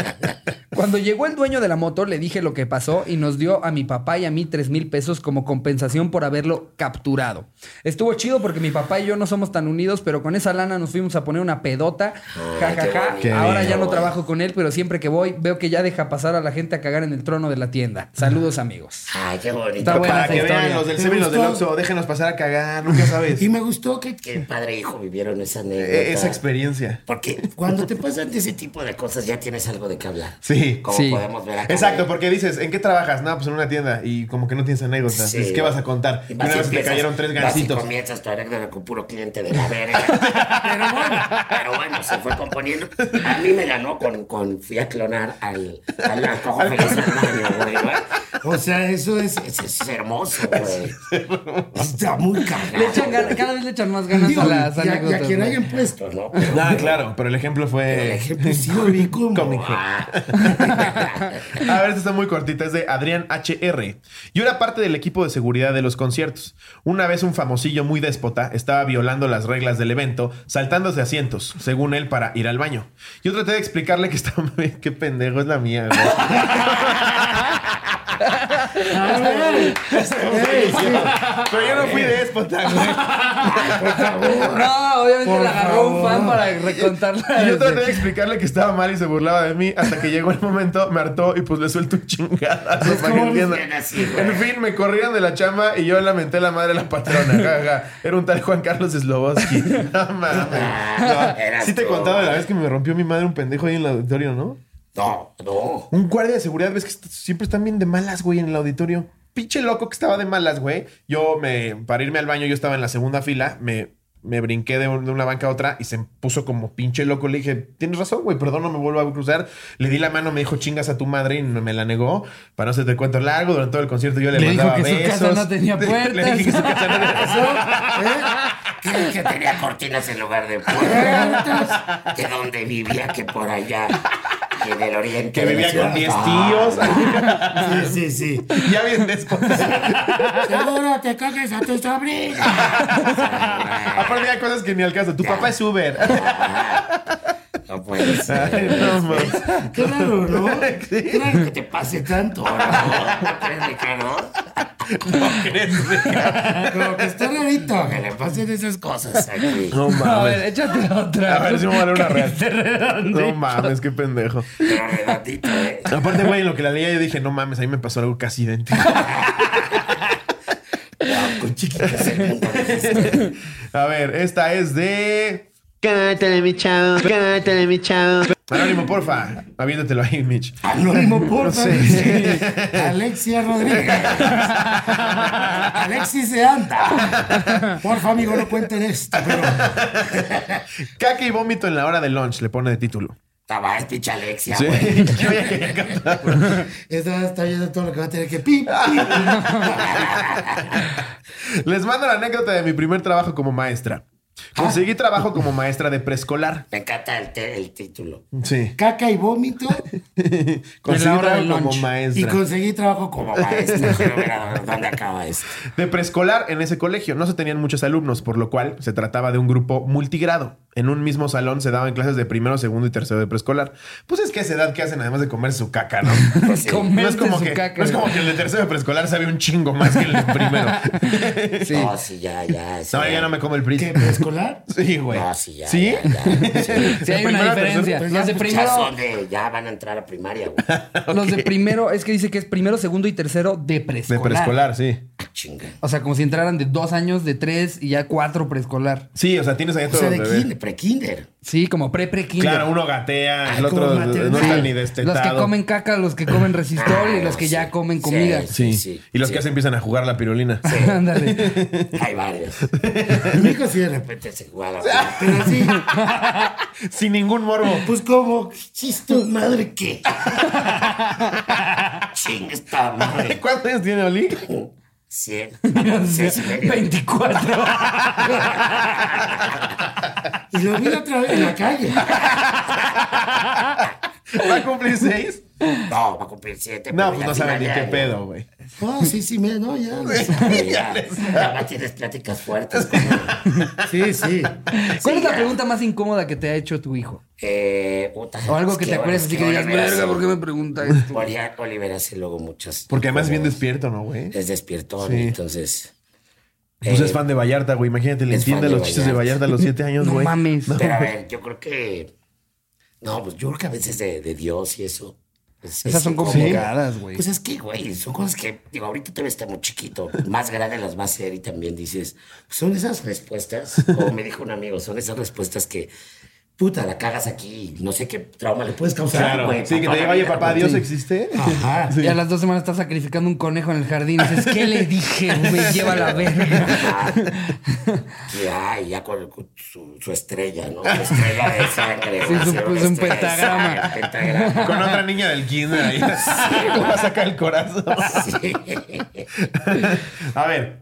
Speaker 1: Cuando llegó el dueño de la moto, le dije lo que pasó y nos dio a mi papá y a mí tres mil pesos como compensación por haberlo capturado. Estuvo chido porque mi papá y yo no somos tan unidos, pero con esa lana nos fuimos a poner una pedota.
Speaker 3: Oh,
Speaker 1: Ja, ja,
Speaker 2: qué
Speaker 1: ja.
Speaker 2: bonito.
Speaker 1: Ahora ya no
Speaker 2: Qué
Speaker 1: trabajo con él, pero siempre que voy, veo que ya deja pasar a la gente a cagar en el trono de la tienda. Saludos, amigos.
Speaker 2: Ay, qué
Speaker 1: Está
Speaker 2: bonito.
Speaker 1: buena
Speaker 3: Para
Speaker 1: esa
Speaker 3: que vean
Speaker 1: historia.
Speaker 3: los del
Speaker 4: Me
Speaker 3: Seven y los del
Speaker 4: gustó.
Speaker 3: Oxxo. Déjenos pasar a cagar, nunca sabes.
Speaker 4: [LAUGHS] Y me gustó que
Speaker 2: Qué padre e hijo vivieron esa anécdota.
Speaker 3: E- Esa experiencia.
Speaker 2: Porque cuando te pasan ese tipo de cosas ya tienes algo de qué hablar.
Speaker 3: Sí.
Speaker 2: Como
Speaker 1: Sí.
Speaker 2: podemos ver acá.
Speaker 3: Exacto,
Speaker 2: güey.
Speaker 3: porque dices, ¿en qué trabajas? No, pues en una tienda. Y como que no tienes anécdotas.
Speaker 2: Sí.
Speaker 3: Dices, ¿Qué vas a contar?
Speaker 2: Y
Speaker 3: Y
Speaker 2: vas
Speaker 3: una
Speaker 2: y
Speaker 3: vez te
Speaker 2: empiezas-
Speaker 3: cayeron tres
Speaker 2: vas Y
Speaker 3: gansitos.
Speaker 2: comienzas tu anécdota con puro cliente de la verga. pero, bueno, pero bueno, se fue componiendo. A mí me ganó con, con fui a clonar al, al alcohol feliz al baño, güey. güey.
Speaker 4: O sea, eso es.
Speaker 2: Es, es hermoso, güey.
Speaker 4: Está muy cagado.
Speaker 1: Le echan gan- cada vez le echan más ganas
Speaker 4: Digo,
Speaker 1: a las
Speaker 4: y a- y a
Speaker 1: anécdotas.
Speaker 4: quien
Speaker 1: güey.
Speaker 4: hayan puesto.
Speaker 2: Esto, ¿no?
Speaker 3: [COUGHS]
Speaker 2: Pero,
Speaker 3: Ah, claro, pero el ejemplo
Speaker 4: El
Speaker 3: fue. [LAUGHS]
Speaker 4: ejemplo sí lo vi como.
Speaker 2: ah,
Speaker 3: A ver, esta está muy cortita, es de Adrián HR. Yo era parte del equipo de seguridad de los conciertos. Una vez un famosillo muy déspota estaba violando las reglas del evento, saltándose asientos, según él, para ir al baño. Yo traté de explicarle que estaba... Qué pendejo es la mía, güey.
Speaker 4: A ver. [LAUGHS] Ey, sí,
Speaker 3: Pero yo no fui déspota, güey.
Speaker 4: por
Speaker 1: [LAUGHS]
Speaker 4: favor.
Speaker 1: No, obviamente
Speaker 4: Por
Speaker 1: la agarró un fan
Speaker 4: favor.
Speaker 1: para recontarla.
Speaker 3: Y yo traté
Speaker 1: desde-
Speaker 3: de explicarle que estaba mal y se burlaba de mí hasta que llegó el momento, me hartó y pues le suelto un chingadazo para que
Speaker 2: ¿cómo
Speaker 3: entienda.
Speaker 2: dicen así, güey?
Speaker 3: En fin, me corrieron de la chamba y yo lamenté la madre de la patrona. ja, ja. Era un tal Juan Carlos Sloboski. [LAUGHS] No
Speaker 2: Ah,
Speaker 3: mames.
Speaker 2: eras
Speaker 3: No. Sí te
Speaker 2: tú.
Speaker 3: contaba de la vez que me rompió mi madre un pendejo ahí en el auditorio, ¿no?
Speaker 2: [LAUGHS] no, no.
Speaker 3: Un guardia de seguridad, ves que est- siempre están bien de malas, güey, en el auditorio. Pinche loco que estaba de malas, güey. Yo me, para irme al baño, yo estaba en la segunda fila, me me brinqué de, un- de una banca a otra y se puso como pinche loco. Le dije, tienes razón, güey, perdón, no me vuelvo a cruzar. Le di la mano, me dijo, chingas a tu madre y no- me la negó. Para no hacerte el cuento largo, durante todo el concierto yo le,
Speaker 1: Le dijo
Speaker 3: mandaba
Speaker 1: que su
Speaker 3: besos.
Speaker 1: casa no tenía
Speaker 3: [LAUGHS] Le dije que su casa no tenía
Speaker 2: Que, que tenía cortinas en lugar de puertas. Que donde vivía, que por allá. Que en el oriente.
Speaker 3: Que
Speaker 2: de la
Speaker 3: vivía con
Speaker 2: ciudad.
Speaker 3: [LAUGHS] 10 tíos.
Speaker 2: Sí, sí, sí.
Speaker 3: ya bien después. [LAUGHS]
Speaker 2: Seguro te coges a tu sobrina.
Speaker 3: Aparte hay cosas que ni al caso. Tu papá es Uber.
Speaker 2: No puede
Speaker 3: [LAUGHS] Ay,
Speaker 2: ser.
Speaker 3: [LAUGHS] no, mames.
Speaker 2: Claro, ¿no? Claro que te pase tanto, ¿no? ¿No crees, Ricardo? Como que está rarito que le pasen esas cosas aquí.
Speaker 3: No
Speaker 1: A
Speaker 3: mames.
Speaker 1: ver, échate otra.
Speaker 3: A ver si me vale una real.
Speaker 1: Te redondea.
Speaker 3: No mames, qué pendejo.
Speaker 2: Pero redondito, ¿eh?
Speaker 3: Aparte, güey, en lo que la leía yo dije, no mames, a mí me pasó algo casi idéntico.
Speaker 2: Wow, con chiquitas el mundo. dijiste.
Speaker 3: A ver, esta es de.
Speaker 5: Cántale, mi chavo. Cántale, mi chavo.
Speaker 3: Anónimo, porfa. Aviéntatelo ahí, Mitch.
Speaker 2: Anónimo por
Speaker 3: No sé.
Speaker 2: sí. Alexia Rodríguez. Alexis se anda. Porfa, amigo, no cuenten esto. Pero...
Speaker 3: Caca y vómito en la hora de lunch, le pone de título.
Speaker 2: Estaba es pinche Alexia,
Speaker 3: Sí.
Speaker 2: güey.
Speaker 3: [LAUGHS] Yo ya quería cantar.
Speaker 2: Esta está viendo todo lo que va a tener que pi. pi.
Speaker 3: Les mando la anécdota de mi primer trabajo como maestra. Conseguí trabajo como maestra de preescolar.
Speaker 2: Me encanta el, te- el título.
Speaker 3: Sí.
Speaker 2: Caca y vómito
Speaker 3: Conseguí
Speaker 1: hora
Speaker 3: trabajo
Speaker 1: del
Speaker 3: como
Speaker 1: lunch.
Speaker 2: y
Speaker 3: maestra.
Speaker 2: conseguí trabajo como maestro. Quiero ver a dónde acaba esto.
Speaker 3: De preescolar en ese colegio no se tenían muchos alumnos, por lo cual se trataba de un grupo multigrado. En un mismo salón se daban clases de primero, segundo y tercero de preescolar. Pues es que a esa edad que hacen además de comer su caca, ¿no?
Speaker 1: [LAUGHS]
Speaker 2: Pues sí.
Speaker 1: Comerte
Speaker 3: No es, como
Speaker 1: su
Speaker 3: que,
Speaker 1: caca.
Speaker 3: no es como que el de tercero de preescolar sabe un chingo más que el de primero.
Speaker 1: Sí.
Speaker 3: Ah,
Speaker 2: No, sí, ya, ya. sí,
Speaker 3: No, ya no me como el PRI.
Speaker 4: ¿Qué, preescolar?
Speaker 3: [LAUGHS] Sí, güey.
Speaker 2: No, sí, ya.
Speaker 3: ¿Sí?
Speaker 2: ya,
Speaker 3: [LAUGHS]
Speaker 2: ya. Sí.
Speaker 1: Sí, hay
Speaker 3: De
Speaker 1: una
Speaker 3: primero a
Speaker 1: diferencia.
Speaker 3: tercero,
Speaker 1: Los
Speaker 3: pues
Speaker 1: de
Speaker 2: Ya,
Speaker 1: primero,
Speaker 2: son de- ya van a entrar a primaria, güey. Ah,
Speaker 1: los de primero, es que dice que es primero, segundo y tercero de
Speaker 3: De
Speaker 1: preescolar.
Speaker 3: preescolar, sí.
Speaker 2: Chinga.
Speaker 1: O sea, como si entraran de dos años, de tres y ya cuatro preescolar.
Speaker 3: Sí, o sea, tienes ahí
Speaker 2: O
Speaker 3: todo
Speaker 2: sea, de
Speaker 3: bebé.
Speaker 2: kinder, pre-kinder.
Speaker 1: Sí, como pre pre kinder.
Speaker 3: Claro, uno gatea, el
Speaker 4: Ay,
Speaker 3: otro
Speaker 4: como
Speaker 3: no
Speaker 4: maternal.
Speaker 3: está
Speaker 1: Sí.
Speaker 3: ni
Speaker 1: Los que
Speaker 3: destetado.
Speaker 1: comen caca, los que comen resistor y
Speaker 2: Ah,
Speaker 1: los que
Speaker 2: sí.
Speaker 1: ya comen
Speaker 2: Sí.
Speaker 1: comida. [LAUGHS]
Speaker 3: Sí.
Speaker 2: Sí,
Speaker 3: Y los
Speaker 2: sí.
Speaker 3: que se empiezan a jugar la pirulina.
Speaker 1: Ándale.
Speaker 2: Hay varios.
Speaker 4: Mi hijo sí de
Speaker 2: De
Speaker 4: repente.
Speaker 2: repente se jugaba. Pero
Speaker 4: Sí,
Speaker 3: Sin ningún morbo.
Speaker 4: pues como.
Speaker 2: chiste, madre, ¿qué? Chinga esta
Speaker 3: [LAUGHS]
Speaker 2: madre.
Speaker 3: [LAUGHS] ¿Cuántos años tiene Oli?
Speaker 2: Cien.
Speaker 1: O sea,
Speaker 2: Seis y medio.
Speaker 1: 24.
Speaker 4: Y lo vi la otra vez en la calle.
Speaker 3: ¿Va a cumplir seis?
Speaker 2: No, va a cumplir siete.
Speaker 3: No,
Speaker 2: pero
Speaker 3: pues
Speaker 2: ya
Speaker 3: no
Speaker 2: final
Speaker 3: saben ni
Speaker 2: de
Speaker 3: qué
Speaker 2: año.
Speaker 3: pedo, güey.
Speaker 4: No, sí, sí, me, no, ya.
Speaker 2: Ya, ya más tienes pláticas fuertes. como,
Speaker 4: Sí, sí.
Speaker 1: ¿Cuál
Speaker 2: Sí,
Speaker 1: es la
Speaker 2: ya.
Speaker 1: pregunta más incómoda que te ha hecho tu hijo?
Speaker 2: Eh, puta,
Speaker 1: O algo
Speaker 2: es
Speaker 1: que te acuerdes así que digas,
Speaker 2: Oliver
Speaker 1: verga,
Speaker 2: hace-
Speaker 1: ¿por qué me pregunta esto?
Speaker 2: Oliver- Oliver hace luego muchas.
Speaker 3: Porque además es bien
Speaker 2: como-
Speaker 3: despierto, ¿no, güey?
Speaker 2: Es despiertón,
Speaker 3: Sí.
Speaker 2: entonces.
Speaker 3: Pues
Speaker 2: eh,
Speaker 3: es fan de Vallarta, güey. Imagínate, le
Speaker 2: es
Speaker 3: entiende
Speaker 2: fan de
Speaker 3: los chistes de
Speaker 2: Vallarta.
Speaker 3: Vallarta a los siete años,
Speaker 1: No
Speaker 3: güey.
Speaker 1: mames.
Speaker 3: No.
Speaker 2: Pero a ver, yo creo que. No, pues yo creo que a veces de, de Dios y eso. es-
Speaker 1: Esas
Speaker 2: es
Speaker 1: son
Speaker 2: incómodo.
Speaker 1: complicadas, güey.
Speaker 2: Pues es que, güey, son cosas que, digo, ahorita todavía está muy chiquito, más grande las va a ser y también dices, pues, son esas respuestas, como me dijo un amigo, son esas respuestas que, puta, la cagas aquí, y no sé qué trauma le puedes causar,
Speaker 3: Claro.
Speaker 2: güey.
Speaker 3: sí, que te
Speaker 2: toda
Speaker 3: diga,
Speaker 2: la
Speaker 3: oye,
Speaker 2: vida,
Speaker 3: papá,
Speaker 2: güey".
Speaker 3: ¿Dios existe?
Speaker 2: Ajá.
Speaker 1: Y a las dos semanas estás sacrificando un conejo en el jardín. Y dices, ¿qué le dije? Me lleva la verga.
Speaker 2: Ajá. Y ya, y ya con, con su, su estrella, ¿no? Su estrella de sangre.
Speaker 1: Sí,
Speaker 2: güey,
Speaker 1: su-
Speaker 2: sí, una
Speaker 1: pues, un
Speaker 2: estrella de
Speaker 1: pentagrama.
Speaker 2: sangre, pentagrama.
Speaker 3: Con otra niña del kinder
Speaker 2: [LAUGHS]
Speaker 3: ahí. [LAUGHS] Le va a sacar el corazón.
Speaker 2: Sí.
Speaker 3: A ver.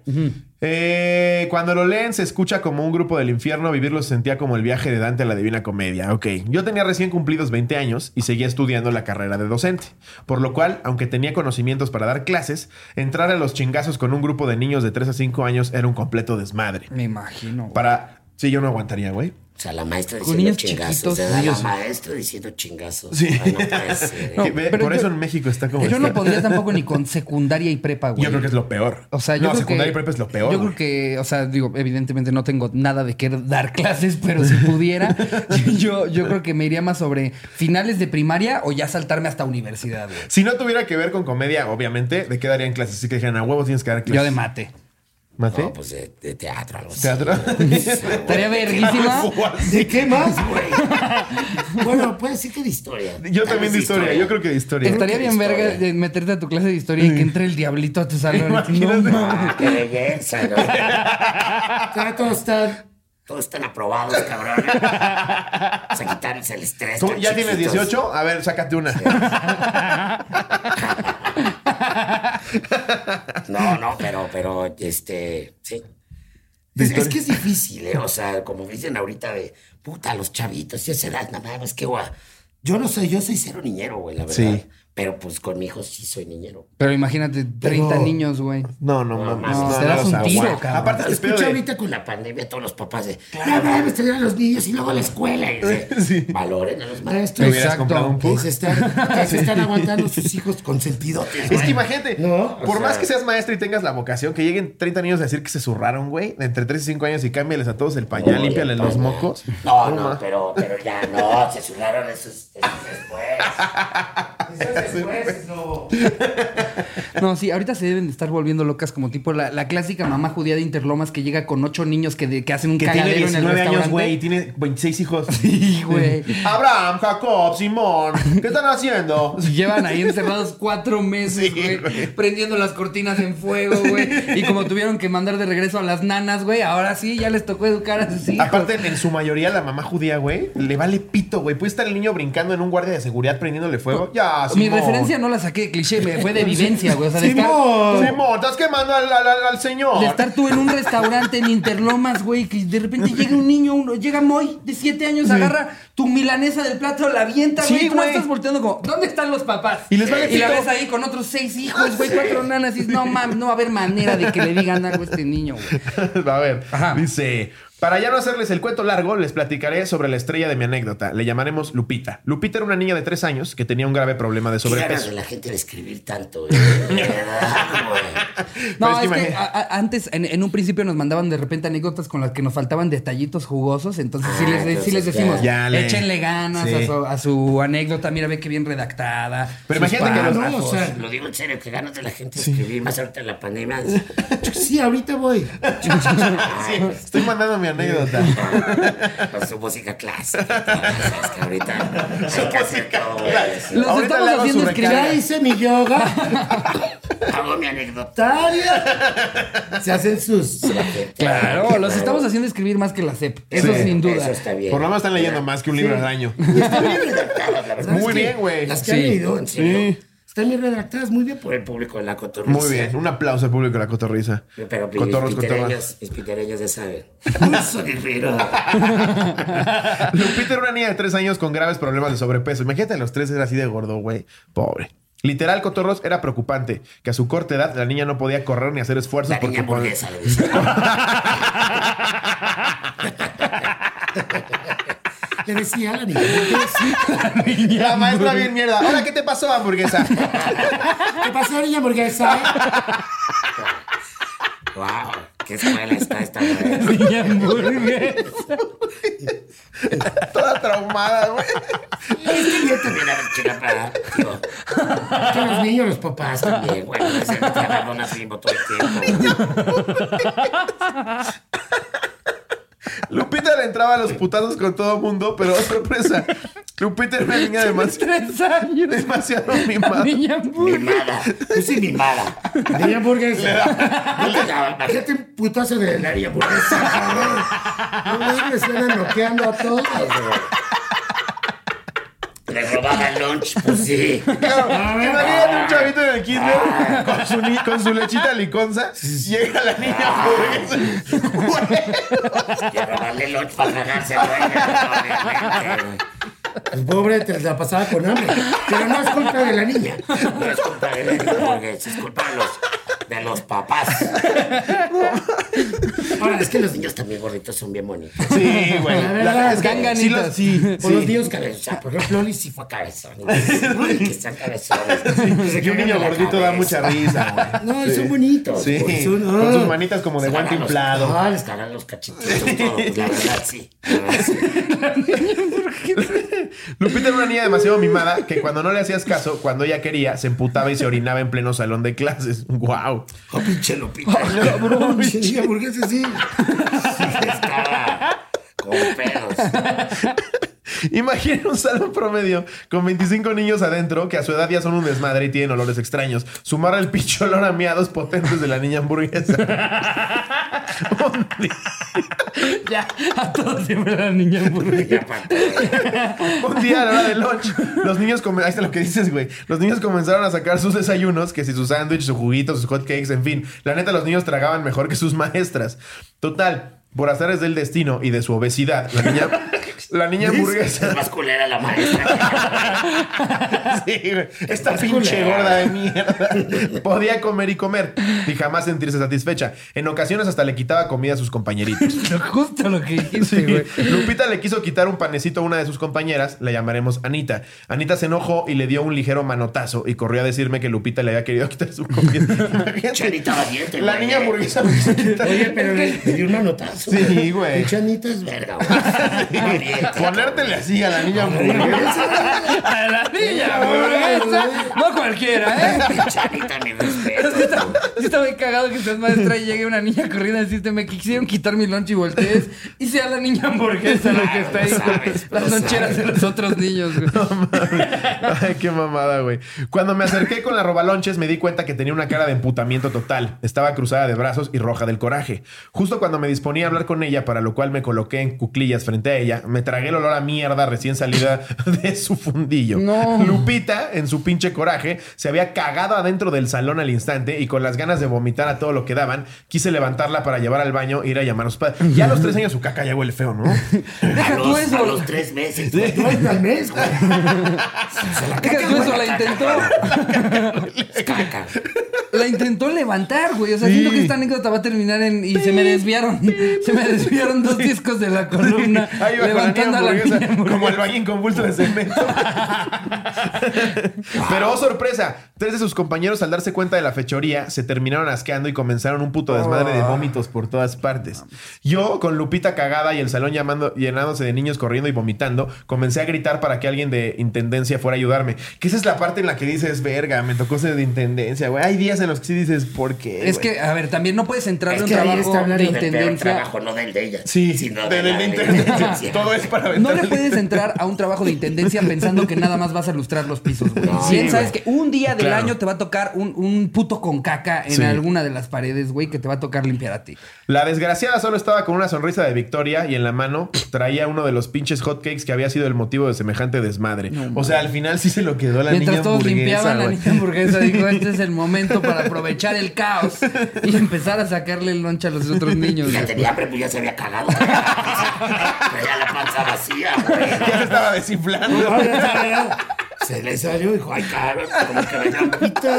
Speaker 3: Eh, cuando lo leen se escucha como un grupo del infierno, vivirlo se sentía como el viaje de Dante a la Divina Comedia. Ok, yo tenía recién cumplidos 20 años y seguía estudiando la carrera de docente, por lo cual, aunque tenía conocimientos para dar clases, entrar a los chingazos con un grupo de niños de 3 a 5 años era un completo desmadre.
Speaker 1: Me imagino. güey.
Speaker 3: Para... Sí, yo no aguantaría, güey.
Speaker 2: O sea, la maestra
Speaker 1: Con
Speaker 2: diciendo
Speaker 1: niños
Speaker 2: chingazos.
Speaker 1: chiquitos,
Speaker 2: o sea,
Speaker 1: niños-
Speaker 2: la maestra diciendo chingazos.
Speaker 3: Sí.
Speaker 2: Ay, no puede ser. ¿eh?
Speaker 1: No,
Speaker 3: Que ve-
Speaker 1: pero
Speaker 3: por
Speaker 1: yo-
Speaker 3: eso en México está como...
Speaker 1: Yo
Speaker 3: está.
Speaker 1: no podría tampoco ni con secundaria y prepa, güey.
Speaker 3: Yo creo que es lo peor.
Speaker 1: O sea, yo
Speaker 3: no,
Speaker 1: creo
Speaker 3: secundaria
Speaker 1: que,
Speaker 3: y prepa es lo peor.
Speaker 1: Yo
Speaker 3: güey.
Speaker 1: creo que, o sea, digo, evidentemente no tengo nada de qué dar clases, pero si
Speaker 3: [LAUGHS]
Speaker 1: pudiera, yo, yo creo que me iría más sobre finales de primaria o ya saltarme hasta universidad, güey.
Speaker 3: Si no tuviera que ver con comedia, obviamente, ¿de qué darían clases? Así que dijeran, a huevo tienes que dar clases.
Speaker 1: Yo de mate.
Speaker 3: ¿Mate? [LAUGHS]
Speaker 2: No, pues de, de teatro, algo así.
Speaker 3: ¿Ah,
Speaker 2: [LAUGHS]
Speaker 3: ¿Teatro?
Speaker 1: Estaría verguísima.
Speaker 4: ¿De qué más?
Speaker 2: Bueno, puede decir que de historia.
Speaker 3: Yo
Speaker 2: Tal vez
Speaker 3: también de historia, yo creo que de historia.
Speaker 1: Estaría bien
Speaker 2: historia.
Speaker 1: verga de meterte a tu clase de historia y que entre el diablito a tu salón. No,
Speaker 3: Imagínate.
Speaker 1: mames.
Speaker 2: Ah, qué belleza, ¿no?
Speaker 4: Trato de estar
Speaker 2: Todos están aprobados,
Speaker 3: [LAUGHS]
Speaker 2: cabrón. Se quitarles el estrés.
Speaker 3: ¿Tú
Speaker 2: están
Speaker 3: ya tienes
Speaker 2: chiquitos.
Speaker 3: 18? A ver,
Speaker 1: [LAUGHS]
Speaker 3: sácate una.
Speaker 2: No, no, pero, pero, este, sí. Es, es que es difícil, ¿eh? O sea, como dicen ahorita de, puta, los chavitos, ya se dan, nada más que guay. Yo no soy, yo soy cero niñero, güey, la verdad.
Speaker 3: Sí.
Speaker 2: Pero pues con mi hijo sí soy niñero.
Speaker 1: Pero imagínate, 30 niños, güey.
Speaker 3: No, no,
Speaker 2: No, mames,
Speaker 3: mames. no,
Speaker 1: te das
Speaker 3: no,
Speaker 1: un tiro,
Speaker 3: guau.
Speaker 1: cabrón.
Speaker 3: Aparte, este pedo
Speaker 2: Escucho
Speaker 3: de-
Speaker 2: ahorita con la pandemia a todos los papás de, no mames, tener a los niños y luego a la escuela. Y, de,
Speaker 3: [LAUGHS] Sí.
Speaker 2: Valoren a los
Speaker 3: ¿Te
Speaker 2: maestros.
Speaker 3: hubieras
Speaker 1: Exacto.
Speaker 3: comprado un
Speaker 2: Que
Speaker 3: Pug?
Speaker 2: se están, que se están aguantando sus hijos consentidotes.
Speaker 3: Es
Speaker 2: güey.
Speaker 3: que imagínate,
Speaker 2: No,
Speaker 3: por
Speaker 2: o
Speaker 3: más
Speaker 2: sea-
Speaker 3: que seas maestro y tengas la vocación, que lleguen 30 niños a decir que se zurraron, güey, de entre 3 y 5 años y cámbiales a todos el pañal,
Speaker 2: Oye,
Speaker 3: límpiales los
Speaker 2: pana.
Speaker 3: mocos.
Speaker 2: No,
Speaker 3: No,
Speaker 2: no,
Speaker 3: ma.
Speaker 2: pero, pero ya no, se sudaron esos, esos después.
Speaker 1: No, sí, ahorita se deben de estar volviendo locas como tipo la, la clásica mamá judía de Interlomas que llega con ocho niños que, de- que hacen un
Speaker 3: Que tiene
Speaker 1: cagadero en el
Speaker 3: 19
Speaker 1: restaurante.
Speaker 3: años, güey, y tiene 26 hijos.
Speaker 1: Sí, güey.
Speaker 3: Abraham, Jacob, Simón, ¿qué están haciendo?
Speaker 1: Llevan ahí encerrados cuatro meses, güey, prendiendo las cortinas en fuego, güey. Y como tuvieron que mandar de regreso a las nanas, güey, ahora sí ya les tocó educar a sus hijos.
Speaker 3: Aparte, en su mayoría, la mamá judía, güey, le vale pito, güey. Puede estar el niño brincando en un guardia de seguridad prendiéndole fuego. Ya,
Speaker 1: Mi
Speaker 3: Simón.
Speaker 1: referencia no la saqué de cliché, me fue de vivencia, güey. O sea, de estar,
Speaker 3: Simón, estás quemando al, al- al- al señor.
Speaker 1: de estar tú en un restaurante en Interlomas, güey, que de repente llega un niño, uno, llega Moy, de siete años, agarra tu milanesa del plato, la avienta,
Speaker 3: Sí,
Speaker 1: güey. y tú la
Speaker 3: güey.
Speaker 1: estás volteando como, ¿dónde están los papás?
Speaker 3: Y les vale
Speaker 1: la
Speaker 3: pito.
Speaker 1: ves ahí con otros seis hijos, güey, cuatro nanas, y no mames, no va a haber manera de que le digan algo a este niño, güey.
Speaker 3: [LAUGHS] A ver,
Speaker 1: Ajá.
Speaker 3: dice. Para ya no hacerles el cuento largo, les platicaré sobre la estrella de mi anécdota. Le llamaremos Lupita. Lupita era una niña de tres años que tenía un grave problema de
Speaker 2: Qué ganas de
Speaker 3: sobrepeso.
Speaker 2: la gente de
Speaker 1: [LAUGHS]
Speaker 2: escribir tanto, ¿eh? Ah, güey. De verdad, güey.
Speaker 1: No,
Speaker 3: Pero es
Speaker 1: es
Speaker 3: que
Speaker 1: que,
Speaker 3: imagina-
Speaker 1: a- a- antes, en, en un principio nos mandaban de repente anécdotas con las que nos faltaban detallitos jugosos, entonces sí
Speaker 2: Ah,
Speaker 1: les, sí
Speaker 2: entonces
Speaker 1: les decimos,
Speaker 3: ya. Ya le-
Speaker 1: échenle ganas
Speaker 3: Sí.
Speaker 1: a, su, a su anécdota, mira, ve qué bien redactada.
Speaker 3: Pero
Speaker 1: sus
Speaker 3: imagínate que los-
Speaker 1: párrafos.
Speaker 2: No, o sea, Pues, lo digo en serio, que ganas de la gente de escribir más ahorita en la pandemia. Sí, ahorita voy.
Speaker 1: ah,
Speaker 3: [LAUGHS] Estoy mandando
Speaker 1: [LAUGHS]
Speaker 3: mi anécdota.
Speaker 2: Con su música clásica. Sabes
Speaker 1: [LAUGHS]
Speaker 2: que ahorita
Speaker 3: [LAUGHS]
Speaker 2: hay que hacer todo, güey.
Speaker 1: Los
Speaker 3: Ahorita
Speaker 1: estamos
Speaker 3: le hago su
Speaker 1: haciendo escribir.
Speaker 3: recarga.
Speaker 4: Ya hice mi yoga.
Speaker 2: Hago mi anécdota.
Speaker 4: Talia. Se hacen sus.
Speaker 1: Claro, los estamos haciendo escribir más que la CEP, eso
Speaker 3: Sí.
Speaker 1: sin duda. [LAUGHS]
Speaker 2: Eso está bien.
Speaker 3: Por lo menos están leyendo más que un libro al año.
Speaker 2: Están bien redactadas, la verdad.
Speaker 3: Muy
Speaker 2: es que
Speaker 3: bien, güey.
Speaker 2: Las
Speaker 1: Sí.
Speaker 2: que han leído, en serio.
Speaker 4: Están bien redactadas, muy bien. pues,
Speaker 2: Por el público de la cotorriza.
Speaker 3: Muy bien. Un aplauso al público de la cotorriza.
Speaker 2: Pero mis
Speaker 3: Cotorros, cotorras.
Speaker 2: pitereños, mis pitereños ya saben. [LAUGHS] No
Speaker 1: [LAUGHS]
Speaker 2: soy riro.
Speaker 3: [LAUGHS] Lupita era una niña de tres años con graves problemas de sobrepeso. Imagínate, a los tres era así de gordo, güey. Pobre. Literal, Cotorros era preocupante que a su corta edad la niña no podía correr ni hacer esfuerzos
Speaker 2: La
Speaker 3: porque
Speaker 2: niña hamburguesa, le dicen.
Speaker 4: Le decía a la niña.
Speaker 3: [LAUGHS]
Speaker 4: ¿Qué
Speaker 3: La maestra bien mierda. Ahora, ¿qué te pasó, hamburguesa? [LAUGHS]
Speaker 4: pasó, niña hamburguesa?
Speaker 2: Wow, qué escuela está esta mujer.
Speaker 3: Toda traumada, güey.
Speaker 2: Yo también a ver chica para. digo,
Speaker 4: Que los niños, los papás.
Speaker 2: también, güey, no sé, me está dando una primo todo el tiempo.
Speaker 3: Lupita le entraba a los putazos con todo mundo, pero [LAUGHS] oh, sorpresa. Lupita era una niña demasiado,
Speaker 1: Tres años,
Speaker 3: demasiado mimada.
Speaker 1: niña burra.
Speaker 2: Mimada. Yo soy mimada.
Speaker 4: Niña hamburguesa.
Speaker 2: No te la imagínate
Speaker 4: Fíjate un putazo de la niña hamburguesa, cabrón. No mames, me están noqueando a todos. güey.
Speaker 2: Le robaba el lunch, pues sí.
Speaker 3: Claro, imagínate un chavito en el kinder con su, ni- con su lechita liconza. Llega la niña hamburguesa. Güey.
Speaker 2: Y a robarle el lunch para tragarse, güey. obviamente, güey.
Speaker 4: El pobre te la pasaba con hambre. Pero no es culpa de la niña.
Speaker 2: No es culpa de él, porque es culpa de los, de los papás. Ahora, es que los niños también gorditos son bien bonitos.
Speaker 3: Sí, güey.
Speaker 4: La
Speaker 3: La
Speaker 4: verdad,
Speaker 3: es que sí, lo-
Speaker 1: ganganitas.
Speaker 3: sí,
Speaker 4: O los
Speaker 3: sí.
Speaker 4: niños
Speaker 2: O
Speaker 4: cabezas.
Speaker 2: sea, por ejemplo, Loli sí fue
Speaker 3: [LAUGHS]
Speaker 2: cabezón. Ay, que sean cabezones. Se
Speaker 3: Que un pues, niño
Speaker 2: cagan en la
Speaker 3: gordito da
Speaker 2: cabeza.
Speaker 3: mucha risa, güey.
Speaker 4: [LAUGHS] No, son bonitos.
Speaker 3: Sí,
Speaker 4: güey, son-
Speaker 3: con sus
Speaker 4: ah.
Speaker 3: manitas como de
Speaker 2: Se
Speaker 3: guante
Speaker 2: cagan los-
Speaker 3: inflado.
Speaker 2: Ah, les cagan los cachetitos, todo. La verdad, sí. La verdad, sí.
Speaker 3: Lupita era una niña demasiado mimada que cuando no le hacías caso, cuando ella quería, se emputaba y se orinaba en pleno salón de clases. ¡Wow!
Speaker 2: Oh, pinche Lupita.
Speaker 4: Cabrón, sí, hamburguesa sí.
Speaker 2: Estaba con pedos.
Speaker 3: [LAUGHS] Imaginen un salón promedio con 25 niños adentro que a su edad ya son un desmadre y tienen olores extraños. Sumar el pinche olor a miados potentes de la niña hamburguesa. [LAUGHS] Un día-
Speaker 1: Ya, a todos siempre la niña hamburguesa.
Speaker 2: Ya, pa' todo.
Speaker 3: Un día a la hora del lunch, los niños come- ahí está lo que dices, güey. Los niños comenzaron a sacar sus desayunos, que si sus sándwiches, sus juguitos, sus hotcakes, en fin. La neta, los niños tragaban mejor que sus maestras. Total, por azares del destino y de su obesidad, la niña, la niña
Speaker 2: Es
Speaker 3: hamburguesa.
Speaker 2: más culera la maestra.
Speaker 3: [LAUGHS] Sí, güey. Esta
Speaker 2: Es
Speaker 3: pinche
Speaker 2: culera.
Speaker 3: gorda de mierda. Podía comer y comer y jamás sentirse satisfecha. En ocasiones hasta le quitaba comida a sus
Speaker 1: [LAUGHS]
Speaker 3: compañeritos.
Speaker 1: Lo- Justo lo que dijiste,
Speaker 3: Sí,
Speaker 1: güey.
Speaker 3: [LAUGHS] Lupita le quiso quitar un panecito a una de sus compañeras, la llamaremos Anita. Anita se enojó y le dio un ligero manotazo y corrió a decirme que Lupita le había querido quitar su comida. Imagínate.
Speaker 2: Chanita valiente,
Speaker 3: la
Speaker 2: güey.
Speaker 3: niña hamburguesa me quiso quitar.
Speaker 2: Oye, pero le, le dio un manotazo.
Speaker 3: Sí, güey.
Speaker 2: Pinche Anita es verga, güey. Valiente.
Speaker 3: Ponértele así a la niña hamburguesa.
Speaker 1: A la niña hamburguesa. No cualquiera, ¿eh?
Speaker 2: Pinche Anita, mi respeto.
Speaker 1: Es que está, sí está muy cagado que seas maestra y llegue una niña corriendo y decirte, me quisieron quitar mi lunch y voltees y sea la niña hamburguesa lo que está ahí.
Speaker 2: Lo
Speaker 1: con
Speaker 2: sabes, lo
Speaker 1: las loncheras
Speaker 2: sabes.
Speaker 1: de los otros niños, güey.
Speaker 3: [LAUGHS] Ay, qué mamada, güey. Cuando me acerqué con la robalonches, me di cuenta que tenía una cara de emputamiento total. Estaba cruzada de brazos y roja del coraje. Justo cuando me disponía a hablar con ella, para lo cual me coloqué en cuclillas frente a ella, me tragué el olor a mierda recién salida [LAUGHS] de su fundillo.
Speaker 1: No.
Speaker 3: Lupita, en su pinche coraje, se había cagado adentro del salón al instante y con las ganas de vomitar a todo lo que daban, quise levantarla para llevar al baño e ir a llamar a sus padres. Ya a los tres años su caca ya huele feo, ¿no?
Speaker 1: Deja
Speaker 2: A
Speaker 1: tú
Speaker 2: los, a
Speaker 1: eso.
Speaker 2: los tres meses. güey.
Speaker 4: No es al mes, güey.
Speaker 1: Deja tú eso, la intentó,
Speaker 2: Es pues, caca.
Speaker 1: la intentó levantar, güey. O sea, siento que esta anécdota va a terminar en. Y se me desviaron. Se me desviaron dos discos de la columna.
Speaker 3: [LAUGHS] Ahí va con la
Speaker 1: levantando
Speaker 3: niña
Speaker 1: a la niña
Speaker 3: hamburguesa, como
Speaker 1: hamburguesa.
Speaker 3: el bañín convulso
Speaker 1: [LAUGHS]
Speaker 3: de cemento. Pero oh sorpresa, tres de sus compañeros al darse cuenta de la fechoría se terminaron asqueando y comenzaron un puto desmadre de
Speaker 1: Oh.
Speaker 3: vómitos por todas partes. Yo, con Lupita cagada y el salón llamando, llenándose de niños corriendo y vomitando, comencé a gritar para que alguien de intendencia fuera a ayudarme. Que esa es la parte en la que dices, verga, me tocó ser de intendencia, güey. Hay días en los que sí dices, ¿por qué?
Speaker 1: Es
Speaker 3: güey?"
Speaker 1: que, a ver, también no puedes entrar
Speaker 2: Es
Speaker 1: en un
Speaker 2: que ahí está
Speaker 1: trabajo de
Speaker 2: hablando del peor
Speaker 1: intendencia.
Speaker 2: trabajo, no del de ella.
Speaker 3: Sí,
Speaker 2: sino
Speaker 3: de,
Speaker 2: de la
Speaker 3: la
Speaker 2: de
Speaker 3: [LAUGHS] intendencia.
Speaker 2: intendencia.
Speaker 3: Todo es para
Speaker 1: No
Speaker 3: aventarle.
Speaker 1: le puedes entrar a un trabajo de intendencia pensando que nada más vas a lustrar los pisos, güey.
Speaker 2: No,
Speaker 1: Bien
Speaker 2: sí,
Speaker 1: sabes
Speaker 2: güey.
Speaker 1: que un día del
Speaker 3: Claro.
Speaker 1: año te va a tocar un, un puto con caca en
Speaker 3: Sí.
Speaker 1: alguna de las paredes, güey, que te va a tocar limpiar a ti.
Speaker 3: La desgraciada solo estaba con una sonrisa de victoria y en la mano traía uno de los pinches hotcakes que había sido el motivo de semejante desmadre. o sea, al final sí se lo quedó la
Speaker 1: Mientras
Speaker 3: niña
Speaker 1: todos
Speaker 3: hamburguesa.
Speaker 1: limpiaban, la
Speaker 3: güey.
Speaker 1: niña hamburguesa
Speaker 3: [LAUGHS]
Speaker 1: dijo, este es el momento para aprovechar el caos y empezar a sacarle el lonche a los otros niños.
Speaker 2: Ya
Speaker 1: güey.
Speaker 2: tenía hambre, pues ya se había
Speaker 3: [LAUGHS]
Speaker 2: cagado. Traía la panza vacía, güey.
Speaker 3: Ya se estaba
Speaker 1: [LAUGHS]
Speaker 3: desinflando.
Speaker 2: Se le salió y dijo, ay, cabrón, como que venía un pito.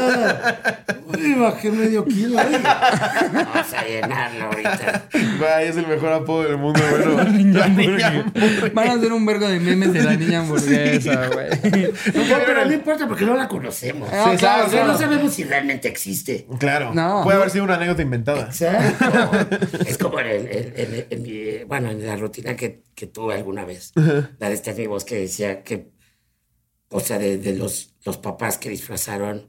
Speaker 4: Uy, bajé medio kilo. eh.
Speaker 2: Vamos a llenarlo ahorita.
Speaker 3: Güey, es el mejor apodo del mundo, bueno.
Speaker 1: [LAUGHS] La niña
Speaker 3: La niña
Speaker 1: hamburguesa. Van a hacer un vergo de memes de la niña hamburguesa, [LAUGHS] güey.
Speaker 2: No, pero no importa porque no la conocemos.
Speaker 1: Ah,
Speaker 3: Sí,
Speaker 1: claro,
Speaker 2: O sea, no
Speaker 1: claro.
Speaker 2: sabemos si realmente existe.
Speaker 3: Claro.
Speaker 1: No.
Speaker 3: Puede haber sido una anécdota inventada.
Speaker 2: Exacto. es como en, el- en- en- en mi- bueno, en la rutina que, que tuve alguna vez, la de Steffi Voz que decía que, o sea, de, de los, los papás que disfrazaron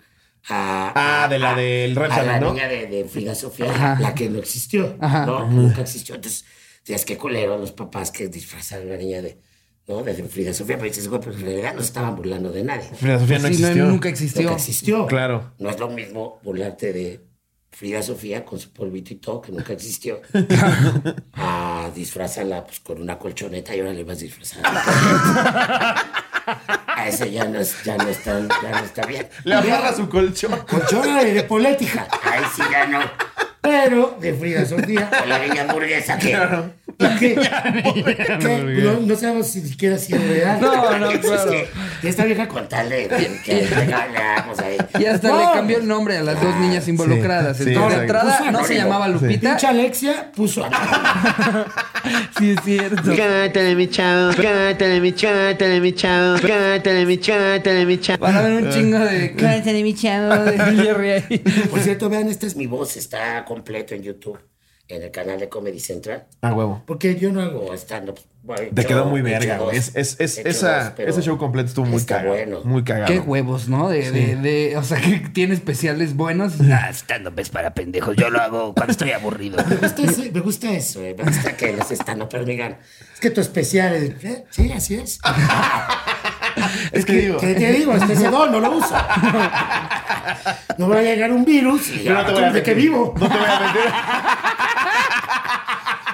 Speaker 2: a...
Speaker 3: Ah,
Speaker 2: a-
Speaker 3: de la
Speaker 2: a-
Speaker 3: del Red
Speaker 2: A la
Speaker 3: Shadow, ¿no?
Speaker 2: niña de, de Frida Sofía,
Speaker 1: Ajá.
Speaker 2: la que no existió,
Speaker 1: Ajá.
Speaker 2: ¿no? Que Nunca existió. Entonces, decías que culero los papás que disfrazaron a la niña de, ¿no? De Frida Sofía, pero dices, güey, pero en realidad no estaban burlando de nadie.
Speaker 3: Frida Sofía
Speaker 1: Sí, no,
Speaker 3: no existió.
Speaker 1: nunca existió.
Speaker 2: Nunca existió.
Speaker 3: Claro.
Speaker 2: No es lo mismo burlarte de Frida Sofía con su polvito y todo, que
Speaker 1: [LAUGHS]
Speaker 2: nunca existió, a disfrazarla pues, con una colchoneta y ahora le vas a disfrazar.
Speaker 1: [LAUGHS]
Speaker 2: a ese ya no, es- ya, no está, ya no está bien.
Speaker 3: Le amarra
Speaker 1: [LAUGHS]
Speaker 3: su colchón.
Speaker 2: Colchona de política. Ahí sí ya no. Pero de Frida Sofía. O la niña hamburguesa que.
Speaker 4: ¿Y
Speaker 3: [LAUGHS]
Speaker 4: qué? ¿Qué? No, no sabemos si siquiera si es real.
Speaker 1: No, no,
Speaker 2: Es que
Speaker 1: claro.
Speaker 2: Esta vieja con tal de que- que
Speaker 1: [LAUGHS]
Speaker 2: regalamos ahí.
Speaker 1: Y hasta le cambió el nombre a las dos niñas involucradas.
Speaker 3: sí,
Speaker 1: Entonces, de
Speaker 3: exacto.
Speaker 1: entrada,
Speaker 2: Puso
Speaker 1: no se
Speaker 2: anónimo.
Speaker 1: llamaba Lupita.
Speaker 4: Pinche Alexia puso a
Speaker 1: Sí, es cierto.
Speaker 5: Cátale mi chavo, cátale mi cátale mi chavo, cátale mi cátale mi chavo.
Speaker 1: Van a ver un chingo
Speaker 3: [LAUGHS]
Speaker 1: de. Cáncer [LAUGHS] de mi chavo de Jerry ahí.
Speaker 2: este Por cierto, vean, esta es mi voz, está completo en YouTube. en el canal de Comedy Central.
Speaker 3: A huevo.
Speaker 2: Porque yo no hago stand-up. pues, Bueno,
Speaker 3: Te
Speaker 2: yo
Speaker 3: quedó muy
Speaker 2: he hecho
Speaker 3: verga, güey.
Speaker 2: dos,
Speaker 3: Es, es- es-
Speaker 2: he hecho
Speaker 3: esa-
Speaker 2: dos, pero
Speaker 3: ese show completo estuvo muy
Speaker 2: está
Speaker 3: cagado.
Speaker 2: bueno.
Speaker 3: Muy cagado.
Speaker 1: Qué huevos, ¿no? De, de, de- o sea, que tiene especiales buenos.
Speaker 6: Ah, stand-up es para pendejos. Yo lo hago cuando estoy
Speaker 2: [LAUGHS]
Speaker 6: aburrido.
Speaker 2: Me gusta, ese- me gusta eso, eh, me gusta que los stand pero digan,
Speaker 4: Es que tu especial. es- ¿eh? Sí, así es.
Speaker 3: Es que Ah, digo,
Speaker 4: ¿Qué te digo? Este ese don no lo uso.
Speaker 2: no va a llegar un virus y
Speaker 3: yo
Speaker 4: Ah,
Speaker 3: no te voy a
Speaker 2: ya, de que
Speaker 3: mentir.
Speaker 2: vivo.
Speaker 3: No te voy a mentir.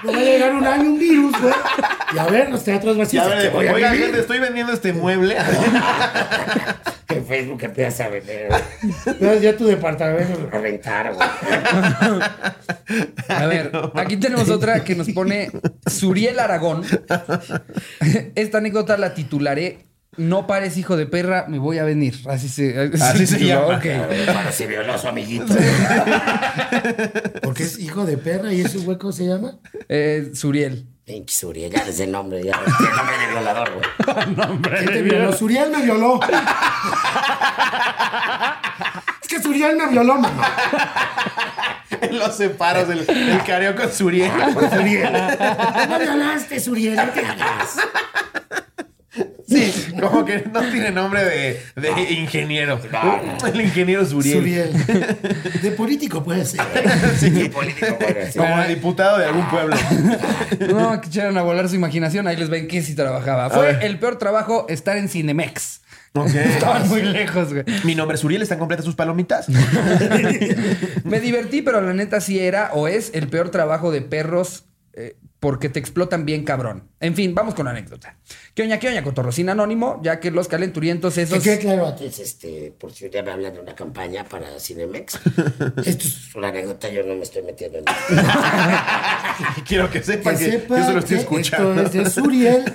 Speaker 4: No va a llegar un año un virus, güey. Y a ver, los teatros vacíos.
Speaker 3: Ya veré,
Speaker 2: que voy a
Speaker 3: oiga,
Speaker 2: vivir.
Speaker 3: gente, estoy vendiendo este mueble. [LAUGHS]
Speaker 2: En Facebook empiezas a vender,
Speaker 4: Ya- Ya tu departamento.
Speaker 2: a rentar, güey.
Speaker 1: A
Speaker 3: [LAUGHS]
Speaker 1: ver, aquí tenemos otra que nos pone Suriel
Speaker 3: [LAUGHS]
Speaker 1: Aragón. Esta anécdota la titularé. No pares, hijo de perra, me voy a venir. Así se,
Speaker 3: Así se llama.
Speaker 1: Ok.
Speaker 2: Para si violó a su amiguito.
Speaker 4: Porque es hijo de perra y ese güey, ¿cómo se llama?
Speaker 1: Eh, Suriel.
Speaker 2: Pinche Suriel, ya desde el nombre, ya desde el nombre de violador, güey.
Speaker 4: ¿Quién te violó? Suriel me violó. es que Suriel me violó, mamá.
Speaker 3: Los separos del, del carioca Suriel.
Speaker 2: pues
Speaker 6: [LAUGHS]
Speaker 2: Suriel, no Ah, violaste, Suriel, no te hagas.
Speaker 3: Sí, como que no tiene nombre de, de ingeniero. El ingeniero Suriel. [LAUGHS]
Speaker 4: Suriel. De político puede ser.
Speaker 2: Sí, político, güey. sí.
Speaker 3: Como el diputado de algún pueblo.
Speaker 1: No, que echaron a volar su imaginación. Ahí les ven que sí trabajaba.
Speaker 3: ver.
Speaker 1: Fue el peor trabajo estar en Cinemex.
Speaker 3: [LAUGHS]
Speaker 1: Estaban muy lejos, güey.
Speaker 3: Mi nombre es Uriel, ¿están completas sus palomitas? [LAUGHS]
Speaker 1: Me divertí, pero la neta sí era o es el peor trabajo de perros eh, porque te explotan bien cabrón. En fin, vamos con la anécdota. ¿Qué oña, qué oña, cotorrocín anónimo? Ya que los calenturientos
Speaker 4: Que
Speaker 1: esos...
Speaker 4: quede claro a
Speaker 2: Entonces, este, por si ya me hablan de una campaña para Cinemex, esto es una anécdota, yo no me estoy metiendo en eso.
Speaker 3: Quiero que sepan
Speaker 4: Que
Speaker 3: que,
Speaker 4: sepa
Speaker 3: yo se lo estoy
Speaker 4: que
Speaker 3: escuchando.
Speaker 4: Esto es de Suriel.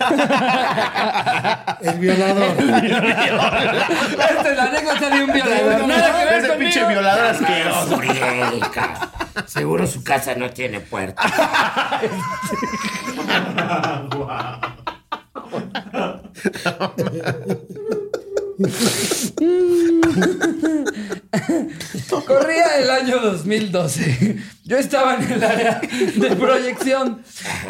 Speaker 4: El violador.
Speaker 1: Esta es la anécdota de un violador. Nada que ver
Speaker 3: Ese
Speaker 1: conmigo.
Speaker 3: pinche violador asqueroso.
Speaker 2: Pero Suriel, ca- seguro su casa no tiene puerta.
Speaker 3: Ah,
Speaker 1: Corría el año 2012. Yo estaba en el área de proyección.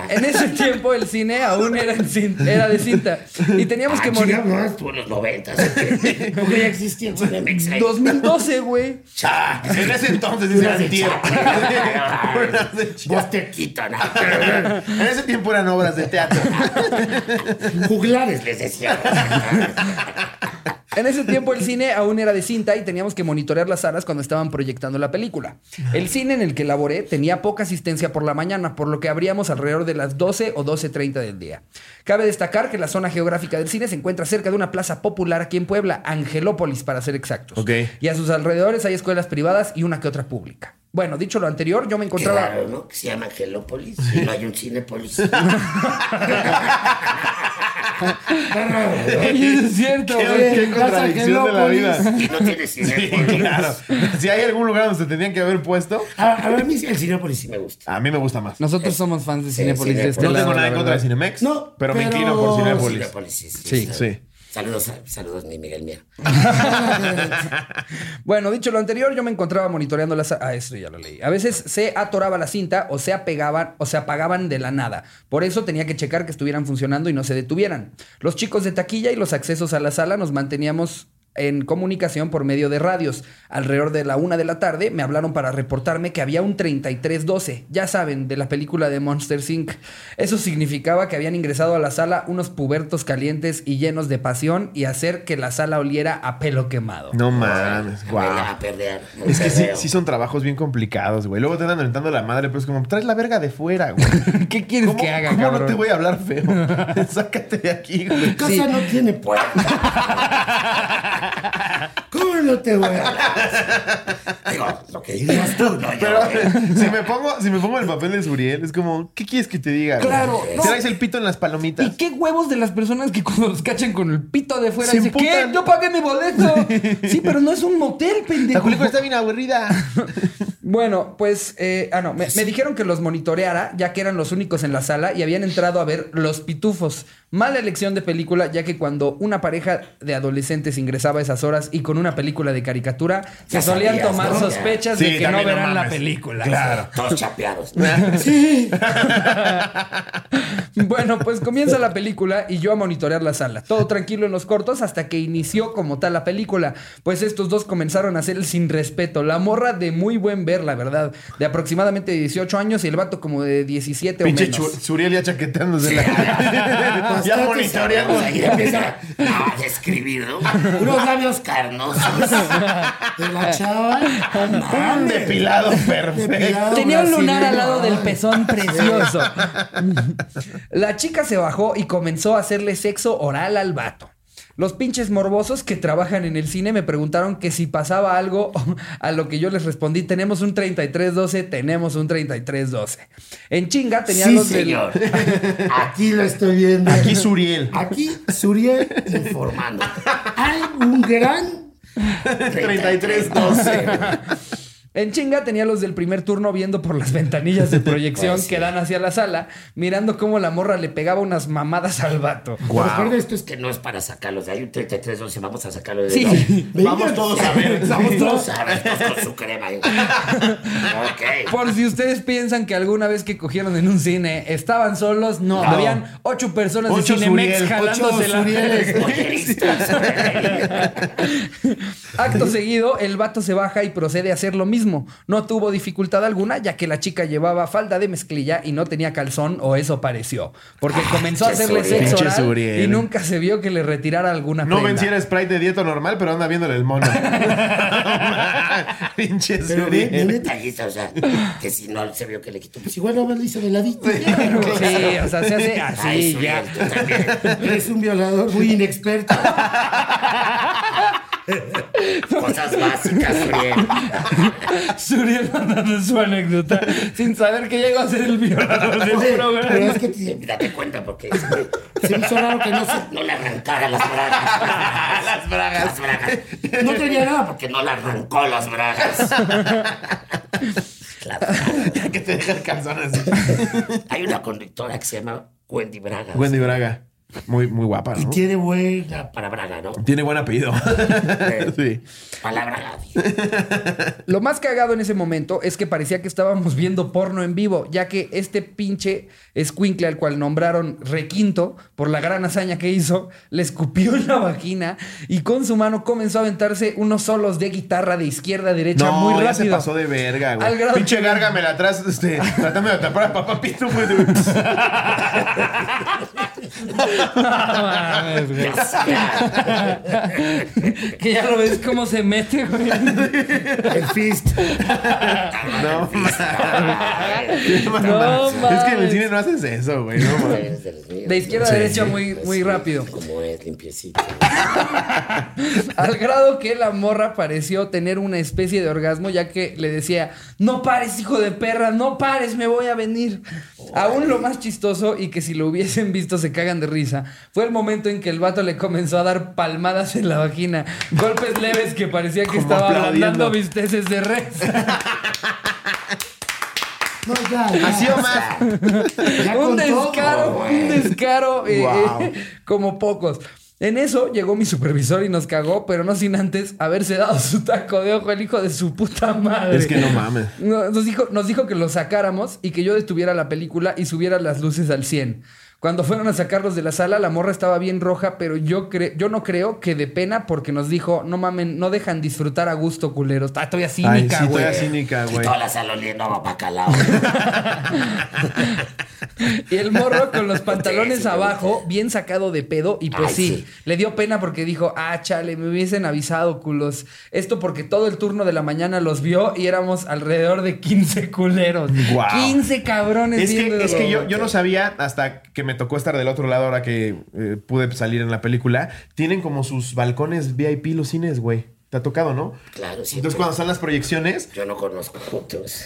Speaker 1: En ese tiempo el cine aún era, en cin- era de cinta. Y
Speaker 3: pues
Speaker 1: teníamos que
Speaker 2: Ah, chinga,
Speaker 1: morir.
Speaker 2: no, estuvo en los 90.
Speaker 3: [LAUGHS]
Speaker 2: Porque ya existía el Cinemex. ahí.
Speaker 1: 2012, güey.
Speaker 2: ¿eh? Cha,
Speaker 3: En ese entonces era
Speaker 2: de
Speaker 3: antier. [LAUGHS]
Speaker 2: cha.
Speaker 3: Unas de cha.
Speaker 2: Vos te quitan. ah.
Speaker 3: En ese tiempo eran obras de teatro.
Speaker 2: Juglares les
Speaker 3: [LAUGHS]
Speaker 2: decía.
Speaker 1: En ese tiempo el cine aún era de cinta y teníamos que monitorear las salas cuando estaban proyectando la película. El cine en el que laboré tenía poca asistencia por la mañana, por lo que abríamos alrededor de las 12 o 12.30 del día. Cabe destacar que la zona geográfica del cine se encuentra cerca de una plaza popular aquí en Puebla, Angelópolis para ser exactos.
Speaker 3: Ok.
Speaker 1: Y a sus alrededores hay escuelas privadas y una que otra pública. Bueno, dicho lo anterior, yo me
Speaker 2: Qué
Speaker 1: encontraba...
Speaker 2: raro, ¿no? Que se llama Angelópolis y no hay un Cinepolis.
Speaker 1: Oye, es cierto,
Speaker 3: Qué-
Speaker 1: güey.
Speaker 3: qué contradicción de la vida.
Speaker 2: Y no
Speaker 1: [LAUGHS]
Speaker 2: tiene
Speaker 3: Sí,
Speaker 2: Cinepolis.
Speaker 3: claro. Si hay algún lugar donde se tenían que haber puesto,
Speaker 2: A, a ver, a mí el Cinepolis sí me gusta.
Speaker 3: a mí me gusta más. No,
Speaker 1: Nosotros somos fans de
Speaker 2: Sí,
Speaker 1: Cinépolis. de este
Speaker 2: Cinépolis.
Speaker 1: lado,
Speaker 3: tengo
Speaker 1: la
Speaker 3: nada en
Speaker 1: verdad.
Speaker 3: contra de Cinemex,
Speaker 4: No,
Speaker 3: pero me
Speaker 4: pero-
Speaker 3: inclino por Cinepolis.
Speaker 2: Cinépolis, sí, sí,
Speaker 1: Sí,
Speaker 2: está-
Speaker 3: sí.
Speaker 2: Saludos, a- saludos, mi Miguel Mier.
Speaker 1: Bueno, dicho lo anterior, yo me encontraba monitoreando las... Ah, eso ya lo leí. A veces se atoraba la cinta o se apegaban o se apagaban de la nada. Por eso tenía que checar que estuvieran funcionando y no se detuvieran. Los chicos de taquilla y los accesos a la sala nos manteníamos en comunicación por medio de radios. Alrededor de la una de la tarde me hablaron para reportarme que había un 3312, ya saben, de la película de Monster Inc. Eso significaba que habían ingresado a la sala unos pubertos calientes y llenos de pasión y hacer que la sala oliera a pelo quemado.
Speaker 3: No mames,
Speaker 2: A
Speaker 3: guau.
Speaker 2: ver, A perder.
Speaker 3: Es que sí,
Speaker 2: Perreo.
Speaker 3: sí son trabajos bien complicados, güey. Luego te andan aventando la madre, pero es como, traes la verga de fuera,
Speaker 1: [LAUGHS]
Speaker 3: güey.
Speaker 1: ¿Qué quieres
Speaker 3: ¿Cómo,
Speaker 1: que haga,
Speaker 3: cómo
Speaker 1: cabrón?
Speaker 3: no te voy a
Speaker 1: [LAUGHS]
Speaker 3: hablar feo? Sácate de aquí, güey.
Speaker 4: Tu casa
Speaker 1: Sí.
Speaker 4: no tiene puerta. ¿Cómo no te voy a.?
Speaker 2: Digo, lo que digas tú, no yo.
Speaker 3: Pero
Speaker 2: eh.
Speaker 3: [LAUGHS] si me pongo, si me pongo el papel de Suriel, es como, ¿qué quieres que te diga? güey?
Speaker 1: Claro, no.
Speaker 3: Traes el pito en las palomitas.
Speaker 1: ¿Y qué huevos de las personas que cuando los cachan con el pito de fuera
Speaker 3: Se
Speaker 1: dicen, ¿qué?
Speaker 3: emputan. [LAUGHS]
Speaker 1: Yo pagué mi boleto. sí, pero no es un motel,
Speaker 3: La
Speaker 1: pendejo.
Speaker 4: [LAUGHS]
Speaker 3: película está bien aburrida.
Speaker 1: Bueno, pues, eh, ah, no, me, me dijeron que los monitoreara, ya que eran los únicos en la sala y habían entrado a ver Los Pitufos. Mala elección de película, ya que cuando una pareja de adolescentes ingresaba a esas horas y con una película de caricatura, se
Speaker 2: Ya
Speaker 1: solían
Speaker 2: sabías,
Speaker 1: tomar
Speaker 2: ¿no?
Speaker 1: sospechas de
Speaker 3: Sí,
Speaker 1: que no
Speaker 3: también, no
Speaker 1: verán la
Speaker 3: mames.
Speaker 1: película.
Speaker 3: Claro.
Speaker 2: Todos chapeados.
Speaker 1: [LAUGHS] Bueno, pues comienza la película y yo a monitorear la sala. Todo tranquilo en los cortos hasta que inició como tal la película. Pues estos dos comenzaron a hacer el sin respeto. La morra de muy buen ver, la verdad. De aproximadamente 18 años y el vato como de 17 o
Speaker 3: Pinche
Speaker 1: menos.
Speaker 3: Chu- Suriel ya chaqueteándose la. ya
Speaker 4: [LAUGHS] Bastante
Speaker 2: Vamos
Speaker 3: monitoreando.
Speaker 2: a ir a empezar a describir, ¿no? Unos labios carnosos.
Speaker 4: De la chava.
Speaker 3: Un depilado perfecto.
Speaker 4: Depilado
Speaker 1: Tenía un lunar al
Speaker 4: brasileño,
Speaker 1: lado del
Speaker 4: ay.
Speaker 1: pezón precioso. [LAUGHS] La chica se bajó y comenzó a hacerle sexo oral al vato. Los pinches morbosos que trabajan en el cine me preguntaron que si pasaba algo, [LAUGHS] a lo que yo les respondí, tenemos un 3312, tenemos un 3312. En chinga tenían
Speaker 2: Sí,
Speaker 1: los del-
Speaker 2: señor. Ah,
Speaker 4: Aquí lo estoy viendo.
Speaker 3: Aquí Suriel.
Speaker 4: Aquí Suriel
Speaker 2: Informando.
Speaker 4: hay un gran.
Speaker 2: 33-12.
Speaker 1: En chinga tenía los del primer turno viendo por las ventanillas
Speaker 2: [LAUGHS]
Speaker 1: de proyección
Speaker 2: Pues sí.
Speaker 1: que dan hacia la sala, mirando cómo la morra le pegaba unas mamadas al vato.
Speaker 2: Recuerda, esto es que no es para sacarlos de ahí. Un 33-12, vamos a sacarlo de
Speaker 1: Sí.
Speaker 2: ahí.
Speaker 3: Vamos todos a ver.
Speaker 2: Vamos todos a ver todos con su crema. ¿eh? Ok.
Speaker 1: Por si ustedes piensan que alguna vez que cogieron en un cine estaban solos, no, habían ocho personas
Speaker 3: Ocho
Speaker 1: de Cinemex
Speaker 3: Suriel,
Speaker 1: jalándose
Speaker 3: ocho
Speaker 1: la
Speaker 3: Surieles.
Speaker 2: Bolleristas.
Speaker 1: [LAUGHS] Acto seguido, el vato se baja y procede a hacer lo mismo. No tuvo dificultad alguna, ya que la chica llevaba falda de mezclilla y no tenía calzón, o eso pareció. Porque comenzó a
Speaker 2: qué
Speaker 1: hacerle sexo
Speaker 2: Suriel.
Speaker 3: Ah, Pinche
Speaker 1: oral
Speaker 3: Suriel.
Speaker 1: y nunca se vio que le retirara alguna
Speaker 3: No
Speaker 1: prenda.
Speaker 3: venciera Sprite de dieta normal, pero anda viéndole el
Speaker 4: [LAUGHS]
Speaker 3: mono. Pinche
Speaker 4: Pero ve, ve
Speaker 3: Suriel.
Speaker 2: Detallista, o sea, que si no se vio que le quitó.
Speaker 4: Pues igual no me lo hizo de ladito.
Speaker 1: [LAUGHS]
Speaker 2: [LAUGHS]
Speaker 1: Sí, o sea, se hace así
Speaker 2: Ay,
Speaker 1: ya.
Speaker 2: Suriel, tú también.
Speaker 4: Eres un violador muy inexperto.
Speaker 2: Cosas básicas, Suriel.
Speaker 1: Suriel mandando su anécdota sin saber que ya iba a ser el violador del programa.
Speaker 4: Pero es que te-
Speaker 2: Date cuenta porque
Speaker 4: se me hizo raro que no se.
Speaker 2: no le arrancara las
Speaker 3: [LAUGHS]
Speaker 2: bragas. las bragas. Las bragas.
Speaker 4: No tenía nada.
Speaker 2: Porque no le arrancó las bragas. Claro.
Speaker 3: Ya que te deja el calzón así.
Speaker 2: Hay una conductora que se llama Wendy Bragas.
Speaker 3: Wendy Braga. Muy, muy guapa,
Speaker 4: Y
Speaker 3: ¿no?
Speaker 4: tiene buena.
Speaker 2: Braga Para Braga, ¿no?
Speaker 3: Tiene buen apellido. [LAUGHS] sí.
Speaker 2: Palabra Gaby.
Speaker 1: Lo más cagado en ese momento es que parecía que estábamos viendo porno en vivo, ya que este pinche escuincle al cual nombraron Requinto por la gran hazaña que hizo, le escupió en la vagina y con su mano comenzó a aventarse unos solos de guitarra de izquierda a derecha
Speaker 3: No,
Speaker 1: muy
Speaker 3: ya
Speaker 1: rápido.
Speaker 3: se
Speaker 1: [LAUGHS]
Speaker 3: pasó de verga,
Speaker 1: Al
Speaker 3: güey.
Speaker 1: grado
Speaker 3: Pinche
Speaker 1: que-
Speaker 3: gárgamela atrás, este, tratando de tapar a papá Pitufo.
Speaker 1: [LAUGHS]
Speaker 3: güey. [LAUGHS]
Speaker 2: Ya sea.
Speaker 1: [LAUGHS] que ya lo ves cómo se mete, güey.
Speaker 4: El fist.
Speaker 3: No, Qué
Speaker 1: No,
Speaker 3: mamada. [LAUGHS] Es que en el
Speaker 1: mames.
Speaker 3: cine no haces eso, güey.
Speaker 1: [LAUGHS]
Speaker 3: No, mames.
Speaker 2: pues,
Speaker 1: De izquierda a derecha muy, muy rápido.
Speaker 2: Como es, limpiecito.
Speaker 1: [LAUGHS] Al grado que la morra pareció tener una especie de orgasmo, ya que le decía: No pares, hijo de perra, no pares, me voy a venir. Aún lo más chistoso, y que si lo hubiesen visto se cagan de risa, fue el momento en que el vato le comenzó a dar palmadas en la vagina, golpes leves que parecía que
Speaker 3: Como
Speaker 1: estaba
Speaker 3: aplaudiendo.
Speaker 1: ablandando bisteces de res.
Speaker 4: No, ya. ya.
Speaker 3: Así o más.
Speaker 4: Ya
Speaker 1: un
Speaker 4: con todo.
Speaker 1: descaro, un descaro eh,
Speaker 3: Wow.
Speaker 1: eh, como pocos. En eso llegó mi supervisor y nos cagó, pero no sin antes haberse dado su taco de ojo el hijo de su puta madre.
Speaker 3: Es que no mames.
Speaker 1: No, Nos dijo, nos dijo que lo sacáramos y que yo detuviera la película y subiera las luces al 100. Cuando fueron a sacarlos de la sala, la morra estaba bien roja, pero yo, cre- yo no creo que de pena porque nos dijo, no mamen, no dejan disfrutar a gusto, culeros. Ah, todavía
Speaker 3: Ay,
Speaker 1: cínica,
Speaker 3: sí,
Speaker 1: güey.
Speaker 3: todavía cínica,
Speaker 2: Y
Speaker 3: güey.
Speaker 2: toda la sala oliendo a
Speaker 3: [LAUGHS]
Speaker 2: bacalao.
Speaker 1: Y el morro con
Speaker 3: [LAUGHS]
Speaker 1: los pantalones
Speaker 2: Sí, sí,
Speaker 1: abajo, bien sacado de pedo, y pues
Speaker 2: Ay,
Speaker 1: sí,
Speaker 2: sí.
Speaker 1: le dio pena porque dijo, ah, chale, me hubiesen avisado, culos. Esto porque todo el turno de la mañana los vio y éramos alrededor de 15 culeros.
Speaker 3: Guau.
Speaker 1: 15 cabrones
Speaker 3: Es que,
Speaker 1: viéndolo.
Speaker 3: es que yo, yo no sabía hasta que me tocó estar del otro lado ahora que eh, pude salir en la película. Tienen como sus balcones VIP los cines, güey. Te ha tocado, ¿no?
Speaker 2: Claro, sí.
Speaker 3: Entonces, cuando están las proyecciones,
Speaker 2: Yo no conozco juntos.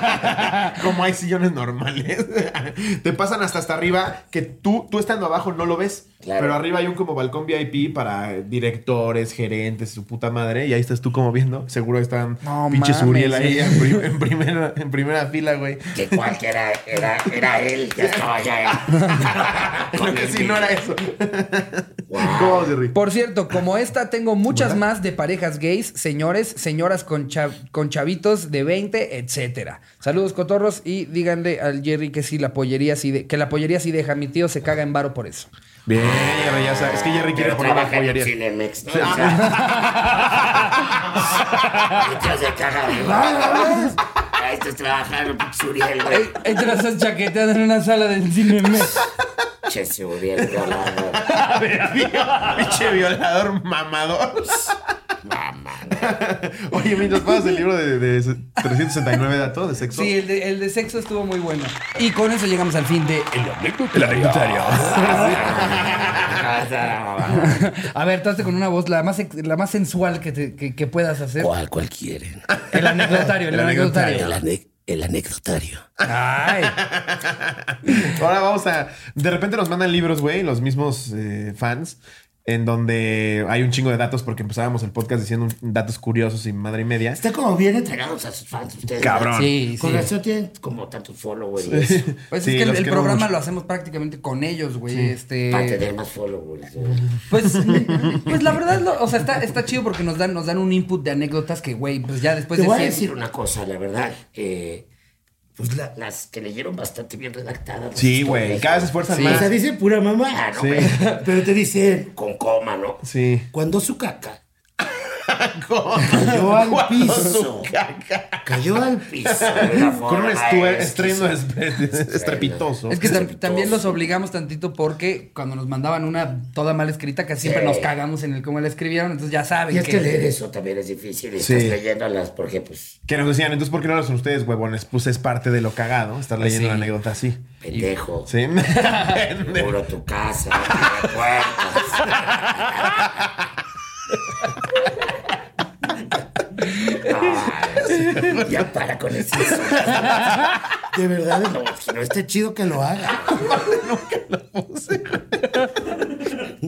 Speaker 3: [LAUGHS] como hay sillones normales, [LAUGHS] te pasan hasta hasta arriba que tú, tú estando abajo no lo ves.
Speaker 2: Claro.
Speaker 3: Pero arriba hay un como balcón VIP para directores, gerentes, su puta madre. Y ahí estás tú como viendo. Seguro están
Speaker 1: No
Speaker 3: pinches
Speaker 1: mames,
Speaker 3: Uriel ahí
Speaker 1: sí. [LAUGHS]
Speaker 3: en, prim- en primera, en primera fila, güey.
Speaker 2: Que cualquiera era, era él, ya estaba ¿eh?
Speaker 3: [LAUGHS]
Speaker 2: ya él.
Speaker 3: Lo que sí no era eso. [LAUGHS]
Speaker 2: Guau.
Speaker 3: ¿Cómo, Jerry?
Speaker 1: Por cierto, como esta, tengo muchas más de parejas gays, señores, señoras con, cha- con chavitos de 20, etcétera. Saludos, cotorros, y díganle al Jerry que sí, la pollería sí, de- que la pollería sí deja. Mi tío se caga en varo por eso.
Speaker 3: Bien, Jerry, ya sabes. Es que Jerry quiere
Speaker 2: Pero
Speaker 3: poner la
Speaker 2: trabaja
Speaker 3: joyería.
Speaker 2: en Cinemex, ¿no? O sea, Muchas se caga de barro. Ahí estás trabajando, pinche Uriel, güey.
Speaker 1: Entras a chaquetear en una sala del cine.
Speaker 2: Pinche Uriel, violado.
Speaker 3: [LAUGHS] A ver, tío, Pinche violador [LAUGHS] mamador. [LAUGHS]
Speaker 2: Mamá.
Speaker 3: Oye, mientras pasas el libro de, de 369 datos de sexo.
Speaker 1: Sí, el de, el de sexo estuvo muy bueno. Y con eso llegamos al fin de... [LAUGHS]
Speaker 3: El anecdotario.
Speaker 1: A ver, traste con una voz la más, ex- la más sensual que, te- que- que puedas hacer.
Speaker 2: ¿Cuál, cuál quieren?
Speaker 1: El anecdotario, el, anecdotario.
Speaker 2: El, ane- el anecdotario.
Speaker 1: Ay,
Speaker 3: Ahora vamos a. De repente nos mandan libros, güey, los mismos eh, fans, en donde hay un chingo de datos porque empezábamos el podcast diciendo un- datos curiosos y madre y media.
Speaker 2: Está como bien entregados a sus fans ustedes.
Speaker 3: Cabrón.
Speaker 1: sí,
Speaker 2: Con
Speaker 1: sí.
Speaker 2: razón tienen como tantos followers. y
Speaker 3: [LAUGHS]
Speaker 2: eso.
Speaker 1: Pues
Speaker 3: Sí,
Speaker 1: es que
Speaker 3: los
Speaker 1: el, el
Speaker 3: queremos
Speaker 1: programa
Speaker 3: mucho.
Speaker 1: lo hacemos prácticamente con ellos, güey.
Speaker 2: Para
Speaker 1: Este.
Speaker 2: tener más followers. ¿no?
Speaker 1: Pues, pues la verdad, lo- o sea, está, está chido porque nos dan, nos dan un input de anécdotas que, güey, pues ya después
Speaker 2: Te voy a
Speaker 1: de
Speaker 2: decir una cosa, la verdad. eh, pues la- las que leyeron bastante bien redactadas. las
Speaker 3: Sí,
Speaker 2: historias,
Speaker 3: güey. Cada vez se esfuerzan
Speaker 1: Sí.
Speaker 2: O
Speaker 3: más.
Speaker 2: sea,
Speaker 4: Te dice pura
Speaker 2: Ah,
Speaker 4: mamá.
Speaker 2: no,
Speaker 3: Sí.
Speaker 2: güey,
Speaker 4: Pero te dice,
Speaker 2: Con coma, ¿no?
Speaker 3: Sí.
Speaker 2: Cuando su caca
Speaker 4: cayó al
Speaker 2: su
Speaker 4: piso.
Speaker 2: caca cayó al piso. de una
Speaker 3: [LAUGHS] Con un
Speaker 2: forma
Speaker 3: estu-
Speaker 2: exquisita.
Speaker 3: estreno espe- estrepitoso.
Speaker 1: Es que tam-
Speaker 2: Sí.
Speaker 1: también los obligamos tantito porque cuando nos mandaban una toda mal escrita, casi siempre
Speaker 2: Sí.
Speaker 1: nos cagamos en el cómo la escribieron, entonces ya saben
Speaker 2: Y es que leer eso también es difícil. y
Speaker 3: Sí.
Speaker 2: Estás leyéndolas porque, pues,
Speaker 3: Que nos decían, entonces, ¿por qué no lo son ustedes, huevones? Pues es parte de lo cagado estar leyendo
Speaker 1: Pues sí.
Speaker 3: la anécdota así.
Speaker 2: pendejo.
Speaker 3: Sí.
Speaker 1: [LAUGHS]
Speaker 2: Seguro tu casa, abre puertas. Ay, ya para con eso.
Speaker 4: De verdad,
Speaker 2: No,
Speaker 4: no esté chido que lo haga.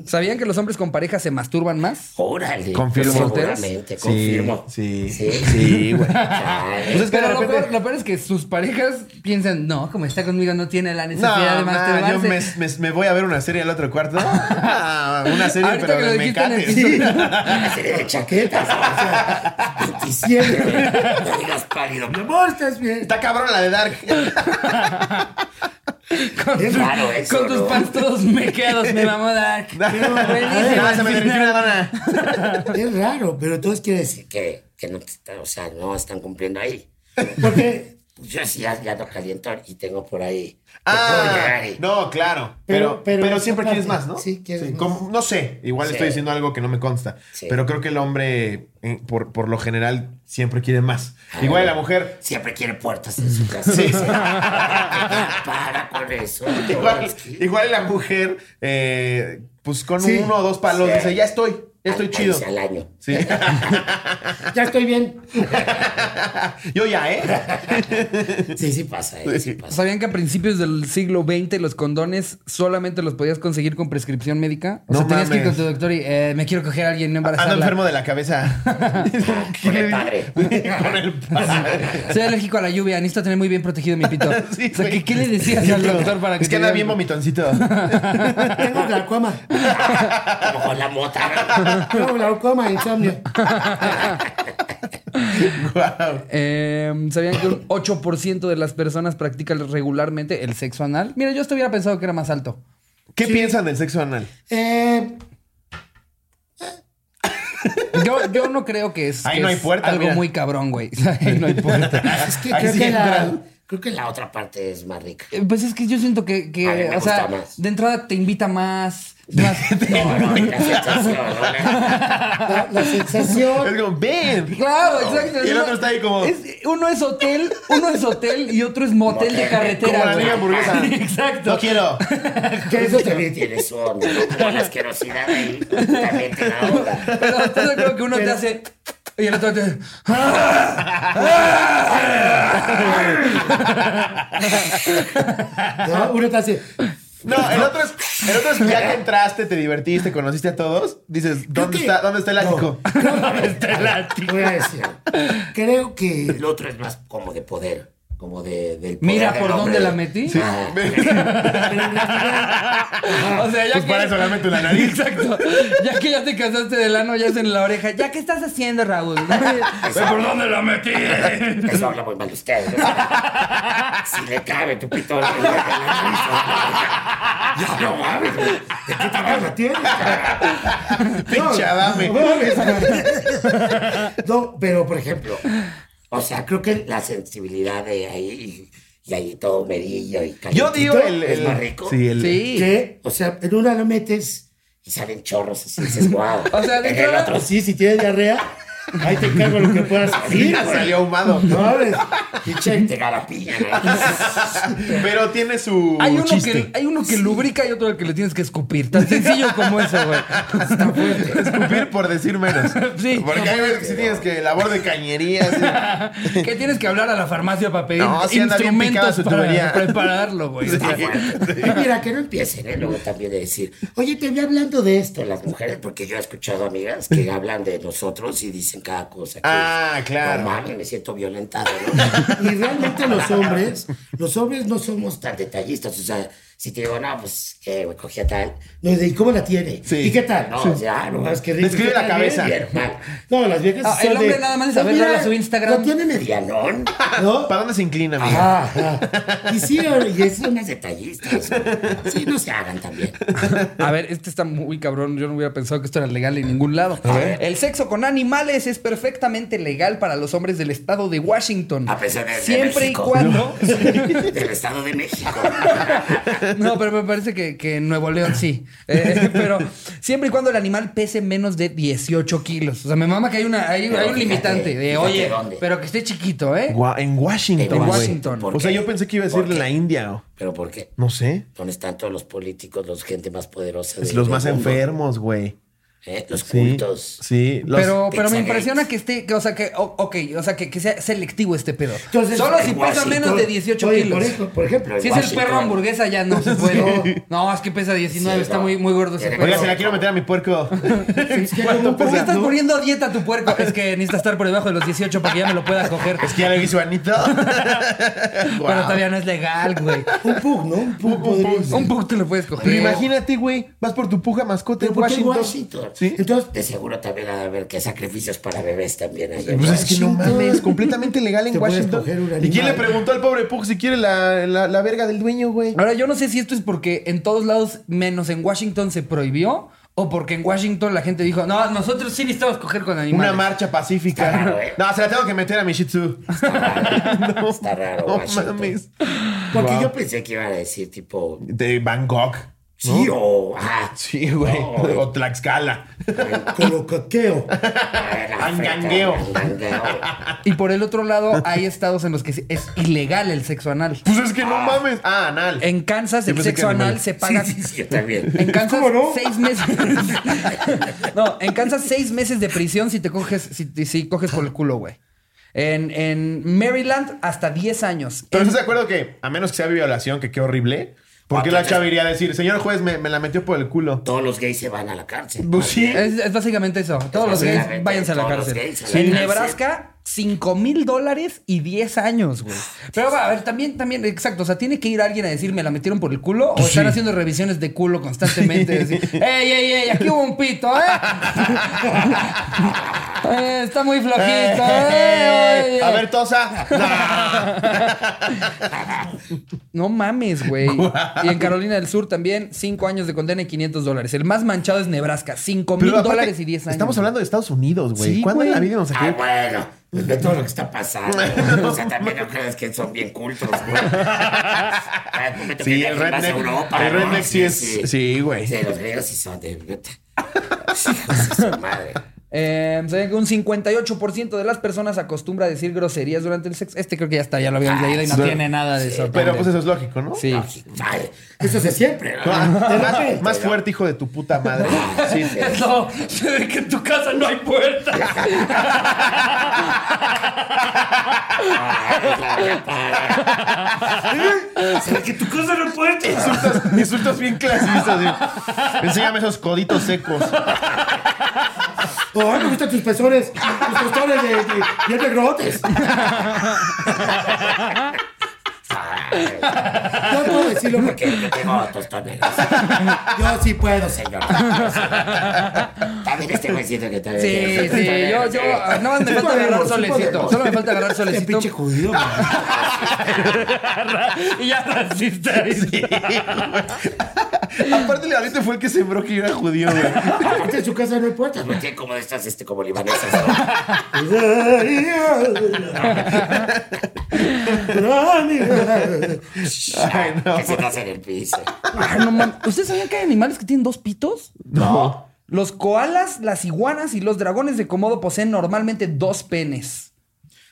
Speaker 1: ¿Sabían que los hombres con pareja se masturban más?
Speaker 2: Órale. Pues
Speaker 3: Confirmo.
Speaker 2: Seguramente,
Speaker 3: Sí,
Speaker 2: confirmo.
Speaker 3: sí.
Speaker 2: Sí,
Speaker 3: Sí, güey.
Speaker 2: Ay,
Speaker 3: Pues es que de
Speaker 1: Pero lo
Speaker 3: repente-
Speaker 1: peor, lo peor es que sus parejas piensan, no, como está conmigo no tiene la
Speaker 3: No,
Speaker 1: necesidad de
Speaker 3: ma, yo
Speaker 1: masturbarse.
Speaker 3: me, me- me voy a ver una serie al otro cuarto. Ah, una serie,
Speaker 1: Ahorita
Speaker 3: pero
Speaker 1: que lo
Speaker 3: de
Speaker 1: dijiste en el-
Speaker 3: mecates.
Speaker 1: Sí.
Speaker 2: Una serie de chaquetas. O sea, 27.
Speaker 3: [LAUGHS]
Speaker 2: No digas pálido. Mi amor, estás bien.
Speaker 3: [LAUGHS] Está cabrón la de Dark.
Speaker 1: Con,
Speaker 2: Es
Speaker 1: tu-
Speaker 2: raro eso,
Speaker 1: con tus
Speaker 2: ¿no?
Speaker 1: pants todos mequeados, me mamó Dark.
Speaker 3: Ah, se me derritió una dona.
Speaker 4: Es raro, pero entonces quiere decir.
Speaker 2: Que, que no, te está- o sea, no están cumpliendo ahí.
Speaker 4: Porque,
Speaker 2: Pues yo sí ya, ya no caliento y tengo por ahí. que puedo
Speaker 3: Ah,
Speaker 2: llegar y-
Speaker 3: no, claro. Pero,
Speaker 4: Pero-
Speaker 3: pero,
Speaker 4: pero esa
Speaker 3: siempre
Speaker 4: parte,
Speaker 3: quieres más, ¿no?
Speaker 4: sí, quieres más.
Speaker 3: como- no sé, igual
Speaker 2: Sí.
Speaker 3: estoy diciendo algo que no me consta.
Speaker 2: Sí.
Speaker 3: Pero creo que el hombre, eh, por, por lo general, siempre quiere más. Igual la mujer.
Speaker 2: Siempre quiere puertas en su casa. [LAUGHS] Para con eso.
Speaker 3: Igual,
Speaker 2: Todos-
Speaker 3: igual la mujer, eh, pues con
Speaker 4: Sí.
Speaker 3: uno o dos palos,
Speaker 2: Sí.
Speaker 3: dice, ya estoy, ya estoy
Speaker 2: Al-
Speaker 3: chido.
Speaker 2: al año.
Speaker 3: Sí.
Speaker 4: ya estoy bien.
Speaker 3: [LAUGHS] Yo ya, ¿eh?
Speaker 2: Sí, sí pasa, eh, sí pasa.
Speaker 1: ¿Sabían que a principios del siglo XX los condones solamente los podías conseguir con prescripción médica? O
Speaker 3: No
Speaker 1: sea, tenías que ir
Speaker 3: mames.
Speaker 1: con tu doctor y eh, me quiero coger a alguien, no
Speaker 3: Ando
Speaker 1: embarazarla.
Speaker 3: enfermo de la cabeza.
Speaker 2: Con el padre.
Speaker 3: Con el padre.
Speaker 1: Soy alérgico a la lluvia, necesito tener muy bien protegido mi pito.
Speaker 3: [LAUGHS] Sí,
Speaker 1: o sea,
Speaker 3: güey.
Speaker 1: ¿qué, qué le decías al doctor para que
Speaker 3: Es que
Speaker 1: te
Speaker 3: anda
Speaker 1: diga-
Speaker 3: bien vomitoncito.
Speaker 4: Tengo glaucoma.
Speaker 2: Como con la mota.
Speaker 4: Tengo glaucoma, insomnio.
Speaker 3: Guau.
Speaker 1: Eh, ¿Sabían que un 8% de las personas practican regularmente el sexo anal? Mira, yo esto hubiera pensado que era más alto.
Speaker 3: ¿Qué piensan del sexo anal?
Speaker 4: Eh,
Speaker 1: Yo, yo no creo que es,
Speaker 3: Ahí
Speaker 1: que
Speaker 3: no hay
Speaker 1: es
Speaker 3: puerta,
Speaker 1: algo
Speaker 3: mira.
Speaker 1: muy cabrón, güey. [LAUGHS] Ahí no hay puerta.
Speaker 3: [LAUGHS]
Speaker 4: es que
Speaker 3: Ahí
Speaker 4: creo
Speaker 3: sí
Speaker 4: que la.
Speaker 3: entran.
Speaker 2: Creo que la otra parte es más rica.
Speaker 1: Eh, Pues es que yo siento que, que,
Speaker 2: A mí me
Speaker 1: o sea,
Speaker 2: gusta más.
Speaker 1: de entrada te invita más.
Speaker 3: [LAUGHS]
Speaker 2: No, no, y la sensación, ¿no?
Speaker 4: La, la sensación.
Speaker 3: Es como, ven.
Speaker 1: Claro, exacto.
Speaker 3: Y el otro está ahí como-
Speaker 1: Es- uno es hotel, uno es hotel y otro es motel de
Speaker 2: Motel,
Speaker 3: Como
Speaker 1: carretera,
Speaker 3: la
Speaker 1: güey.
Speaker 3: niña
Speaker 1: [LAUGHS]
Speaker 3: hamburguesa.
Speaker 1: Exacto.
Speaker 3: No quiero.
Speaker 2: Que eso también tiene su onda, ¿no? Como la asquerosidad ahí, también te da onda.
Speaker 1: Pero entonces creo que uno te hace. Y el otro te hace.
Speaker 4: ¿no? Uno te hace.
Speaker 3: No, el otro es, el otro es ya que entraste, te divertiste, conociste a todos. Dices, ¿dónde
Speaker 4: que-
Speaker 3: está, ¿dónde está el ático?
Speaker 4: Voy a decir. Creo que.
Speaker 2: El otro es más como de poder, como de, del poder
Speaker 1: Mira
Speaker 2: del
Speaker 1: por
Speaker 2: hombre.
Speaker 1: dónde la metí.
Speaker 2: Ah,
Speaker 1: O sea, ya
Speaker 3: Pues
Speaker 1: que.
Speaker 3: para eso la meto en la nariz.
Speaker 1: [LAUGHS] Exacto. Ya que ya te cansaste del ano, ya es en la oreja. ¿Ya qué estás haciendo, Raúl? [LAUGHS]
Speaker 2: Eso, ¿Por dónde la metí? Eso habla muy mal de usted. [LAUGHS] ¿no? Si le cabe tu pitón. en la nariz, Ya no mames. güey. ¿De qué tamaño tiene?
Speaker 3: Pinche Adame.
Speaker 4: No, mames, güey.
Speaker 2: No, Oh, pero por ejemplo, o sea, creo que la sensibilidad de ahí y ahí todo medillo y
Speaker 3: Yo digo el.
Speaker 2: es
Speaker 3: el-
Speaker 2: más rico.
Speaker 3: Sí, el.
Speaker 1: Sí.
Speaker 4: Que,
Speaker 2: O sea, en una la metes y salen chorros así, dices,
Speaker 3: [LAUGHS]
Speaker 2: wow.
Speaker 1: O sea, de
Speaker 2: en el
Speaker 1: entrada-
Speaker 2: otro sí.
Speaker 4: sí, si tienes diarrea, ahí te encargo lo que puedas. Sí,
Speaker 3: Mira,
Speaker 4: güey.
Speaker 3: salió ahumado.
Speaker 4: [LAUGHS] No, mames.
Speaker 2: Pinche te
Speaker 3: [LAUGHS]
Speaker 2: garapillan. ¿no?
Speaker 3: Pero tiene su
Speaker 1: Hay uno, [LAUGHS]
Speaker 3: chiste.
Speaker 1: que, hay uno que lubrica y otro al que le tienes que escupir. Tan sencillo como eso, güey.
Speaker 3: [LAUGHS] Escupir por decir menos.
Speaker 1: Sí.
Speaker 3: Porque hay veces que sí tienes que labor de cañería. sí.
Speaker 1: Que tienes que hablar a la farmacia para pedir
Speaker 3: No, sí anda bien picada
Speaker 1: instrumentos
Speaker 3: su
Speaker 1: para
Speaker 3: tubería.
Speaker 1: prepararlo, güey. O sea,
Speaker 2: Está
Speaker 3: [LAUGHS]
Speaker 2: fuerte. Ah, Y mira, que no empiecen, ¿eh? Luego también de decir, oye, te vi hablando de esto las mujeres, porque yo he escuchado amigas que hablan de nosotros y dicen cada cosa. que
Speaker 3: Ah,
Speaker 2: es,
Speaker 3: claro.
Speaker 2: No mames, me siento violentado, ¿no?
Speaker 4: Y realmente los hombres.
Speaker 2: Los hombres no somos tan detallistas, o sea, si te digo, no, pues, que me cogí a tal.
Speaker 4: No, ¿Y cómo la tiene?
Speaker 3: Sí.
Speaker 4: ¿Y qué tal?
Speaker 2: No, o
Speaker 4: Sí.
Speaker 2: sea, ah, no,
Speaker 4: No, es que
Speaker 3: Le escribe
Speaker 4: rico,
Speaker 3: la
Speaker 4: está
Speaker 3: cabeza.
Speaker 4: bien.
Speaker 2: bien, mal.
Speaker 4: No, las viejas.
Speaker 1: Ah,
Speaker 4: son
Speaker 1: el hombre
Speaker 4: de- Pues
Speaker 1: nada más es saber
Speaker 4: Mira,
Speaker 1: darle a su Instagram.
Speaker 4: No tiene media.
Speaker 2: Medianón.
Speaker 4: ¿No?
Speaker 3: ¿Para dónde se inclina, amiga?
Speaker 4: Ajá, ajá. Y sí, y es una.
Speaker 2: Unas detallistas. ¿no? Sí, no se hagan también.
Speaker 1: A ver, este está muy cabrón. Yo no hubiera pensado que esto era legal en ningún lado. El sexo con animales es perfectamente legal para los hombres del estado de Washington.
Speaker 2: A pesar de- de
Speaker 1: Siempre y
Speaker 2: México.
Speaker 1: cuando. [LAUGHS]
Speaker 2: Del Estado de México.
Speaker 1: No, pero me parece que, que en Nuevo León sí. Eh, pero siempre y cuando el animal pese menos de 18 kilos. O sea, me mama que hay, una, hay,
Speaker 2: Pero
Speaker 1: hay un
Speaker 2: fíjate,
Speaker 1: limitante de,
Speaker 2: fíjate
Speaker 1: oye,
Speaker 2: dónde.
Speaker 1: pero que esté chiquito, ¿eh?
Speaker 3: Gua- en Washington.
Speaker 2: En
Speaker 3: güey.
Speaker 1: Washington.
Speaker 2: ¿Por
Speaker 3: O sea,
Speaker 2: qué?
Speaker 3: yo pensé que iba a
Speaker 2: ¿Por
Speaker 3: decirle
Speaker 2: qué?
Speaker 3: la India. o-
Speaker 2: ¿Pero por qué?
Speaker 3: No sé.
Speaker 2: ¿Dónde están todos los políticos, los gente más poderosa?
Speaker 3: Es
Speaker 2: de-
Speaker 3: los
Speaker 2: del
Speaker 3: más
Speaker 2: mundo?
Speaker 3: enfermos, güey.
Speaker 2: ¿Eh? Los
Speaker 3: Sí.
Speaker 2: cultos.
Speaker 3: Sí. los-
Speaker 1: Pero, pero me
Speaker 2: Pizzagate.
Speaker 1: impresiona que esté, que, o sea, que, o- ok, o sea, que, que sea selectivo este pedo.
Speaker 4: Entonces,
Speaker 1: Solo si
Speaker 2: en
Speaker 1: pesa
Speaker 2: Washington-
Speaker 1: menos de 18
Speaker 4: Oye,
Speaker 1: kilos.
Speaker 4: Por, eso, por ejemplo.
Speaker 1: Si
Speaker 2: en
Speaker 1: es el
Speaker 2: Washington.
Speaker 1: perro hamburguesa, ya no se
Speaker 3: [LAUGHS]
Speaker 1: puede. No, es que pesa 19,
Speaker 2: Sí,
Speaker 1: está
Speaker 2: no.
Speaker 1: muy, muy gordo ese
Speaker 2: Oiga,
Speaker 1: perro.
Speaker 3: Oiga, se la quiero meter a mi puerco.
Speaker 4: Es que
Speaker 3: ¿Cuánto
Speaker 4: no,
Speaker 1: ¿Por qué
Speaker 3: pesa?
Speaker 1: estás
Speaker 3: ¿No?
Speaker 1: poniendo a dieta a tu puerco? Es que necesita estar por debajo de los 18 para que ya me lo pueda coger.
Speaker 3: [LAUGHS] Es que ya lo hizo Anito.
Speaker 1: Pero todavía no es legal, güey.
Speaker 4: Un pug, ¿no? Un pug.
Speaker 3: Un
Speaker 4: podría
Speaker 3: pug.
Speaker 4: ser.
Speaker 1: Un poco te lo puedes
Speaker 3: Pero
Speaker 1: coger.
Speaker 3: imagínate, güey. Vas por tu puja mascota
Speaker 4: Pero
Speaker 3: en
Speaker 4: ¿por qué
Speaker 3: Washington.
Speaker 4: Washington?
Speaker 3: Sí.
Speaker 4: Entonces,
Speaker 2: De seguro también ha de haber que sacrificios para bebés también. Hay
Speaker 3: Pues es que no
Speaker 4: Washington.
Speaker 3: mames, completamente legal en
Speaker 4: Te puedes
Speaker 3: Washington.
Speaker 4: coger un
Speaker 3: ¿Y quién le
Speaker 4: animal.
Speaker 3: preguntó al pobre Pug si quiere la, la, la verga del dueño, güey?
Speaker 1: Ahora, yo no sé si esto es porque en todos lados, menos en Washington, se prohibió. O porque en Washington la gente dijo, no, nosotros sí necesitamos coger con animales.
Speaker 3: Una marcha
Speaker 2: Está
Speaker 3: pacífica.
Speaker 2: raro, ¿eh?
Speaker 3: No, se la tengo que meter a mi Shih Tzu. [LAUGHS] No,
Speaker 2: Está raro,
Speaker 3: No
Speaker 2: Washington.
Speaker 3: mames.
Speaker 2: Porque yo pensé que iban a decir tipo...
Speaker 3: De Bangkok.
Speaker 2: Sí o... Ah,
Speaker 3: Sí, güey.
Speaker 2: No.
Speaker 3: O Tlaxcala.
Speaker 1: [LAUGHS]
Speaker 4: colocoqueo.
Speaker 3: Angangueo.
Speaker 2: Angangueo.
Speaker 1: Y por el otro lado, hay estados en los que es ilegal el sexo anal.
Speaker 3: Pues es que no mames. Ah, anal.
Speaker 1: En Kansas,
Speaker 3: Yo
Speaker 1: el
Speaker 3: pensé que
Speaker 1: sexo anal
Speaker 3: animales.
Speaker 1: se paga
Speaker 2: Yo también.
Speaker 1: En Kansas,
Speaker 4: ¿Cómo no?
Speaker 1: seis meses. [LAUGHS] no, en Kansas, seis meses de prisión si te coges, si, si coges por el culo, güey. En, en Maryland, hasta 10 años.
Speaker 3: Pero
Speaker 1: En-
Speaker 3: estás de acuerdo que, a menos que sea violación, que qué horrible, ¿por qué la chava iría a decir, señor juez, me, me la metió por el culo?
Speaker 2: Todos los gays se van a la cárcel.
Speaker 3: Pues sí.
Speaker 1: es, es básicamente eso. Todos los gays
Speaker 2: básicamente,
Speaker 1: váyanse a la
Speaker 2: todos los
Speaker 1: cárcel.
Speaker 2: gays a la
Speaker 1: en
Speaker 2: cárcel.
Speaker 1: Nebraska, 5 mil dólares y 10 años, güey. Pero va, a ver, también, también, exacto. O sea, tiene que ir alguien a decir, me la metieron por el culo. o están haciendo revisiones de culo constantemente.
Speaker 3: [LAUGHS]
Speaker 1: Decir, ey, ey, ey, aquí hubo un pito, ¿eh? [LAUGHS] Eh, está muy flojito, ¿eh? Oye.
Speaker 3: A ver, Tosa.
Speaker 1: No mames,
Speaker 3: [LAUGHS]
Speaker 1: güey. Y en Carolina del Sur también, 5 años de condena y 500 dólares. El más manchado es Nebraska, 5 mil
Speaker 3: Pero aparte,
Speaker 1: dólares y 10 años.
Speaker 3: Estamos hablando de Estados Unidos, güey.
Speaker 1: Sí,
Speaker 3: ¿Cuándo en
Speaker 1: güey.
Speaker 3: la vida nos
Speaker 2: Ah,
Speaker 3: saqué?
Speaker 2: bueno. pues ve todo lo que está
Speaker 3: [LAUGHS]
Speaker 2: pasando. güey. O sea, también no creas que son bien cultos, güey. Ah, me toca
Speaker 3: Sí,
Speaker 2: ir
Speaker 3: el
Speaker 2: más a
Speaker 3: redneck.
Speaker 2: Europa,
Speaker 3: el
Speaker 2: ¿no?
Speaker 3: redneck sí es. Sí, güey.
Speaker 2: Sí, los griegos sí son de neta. Hijos de su madre.
Speaker 1: Eh, se ve que un 58% de las personas acostumbra a decir groserías durante el sexo. Este creo que ya está, ya lo habíamos
Speaker 2: Ah,
Speaker 1: leído y no
Speaker 3: sí.
Speaker 1: tiene nada de eso.
Speaker 3: Pero pues eso es lógico, ¿no? Ah,
Speaker 1: Sí. [LAUGHS]
Speaker 2: Ay, eso es de siempre. ¿no? De
Speaker 3: Más,
Speaker 2: repente,
Speaker 3: más
Speaker 2: ¿no?
Speaker 3: fuerte, hijo de tu puta madre. Sí, sí.
Speaker 1: No, se ve que en tu casa no hay puerta.
Speaker 4: ¿Eh?
Speaker 2: ¿Será que tu cosa no puede?
Speaker 3: Insultos, insultos bien clasistas. güey. Enséñame esos coditos secos.
Speaker 4: Oh, me gustan tus pezones. Tus pezones de, de, bien negrotes.
Speaker 2: No puedo decirlo porque yo tengo tostones. Yo sí puedo, señor. También este güey siento que también.
Speaker 1: Sí,
Speaker 2: tiene
Speaker 1: sí, yo,
Speaker 2: tostones,
Speaker 1: yo,
Speaker 2: ¿eh?
Speaker 1: no más me falta agarrar
Speaker 4: podemos, sí
Speaker 1: solecito.
Speaker 4: podemos.
Speaker 1: Solo me falta
Speaker 4: [LAUGHS]
Speaker 1: agarrar
Speaker 4: Qué
Speaker 1: solecito.
Speaker 4: pinche judío. güey.
Speaker 1: [LAUGHS] Y ya racista.
Speaker 3: Aparte, el valiente fue el que sembró que yo era judío, güey.
Speaker 4: Aparte en su casa no hay puertas.
Speaker 2: Pues tiene como de estas, este, como libanesas. ¿no?
Speaker 3: [LAUGHS] Ay, no.
Speaker 2: Que se te hacen en el piso.
Speaker 1: [LAUGHS] Ah, no mames. ¿Ustedes sabían que hay animales que tienen dos pitos?
Speaker 3: No.
Speaker 1: Los koalas, las iguanas y los dragones de Komodo poseen normalmente dos penes.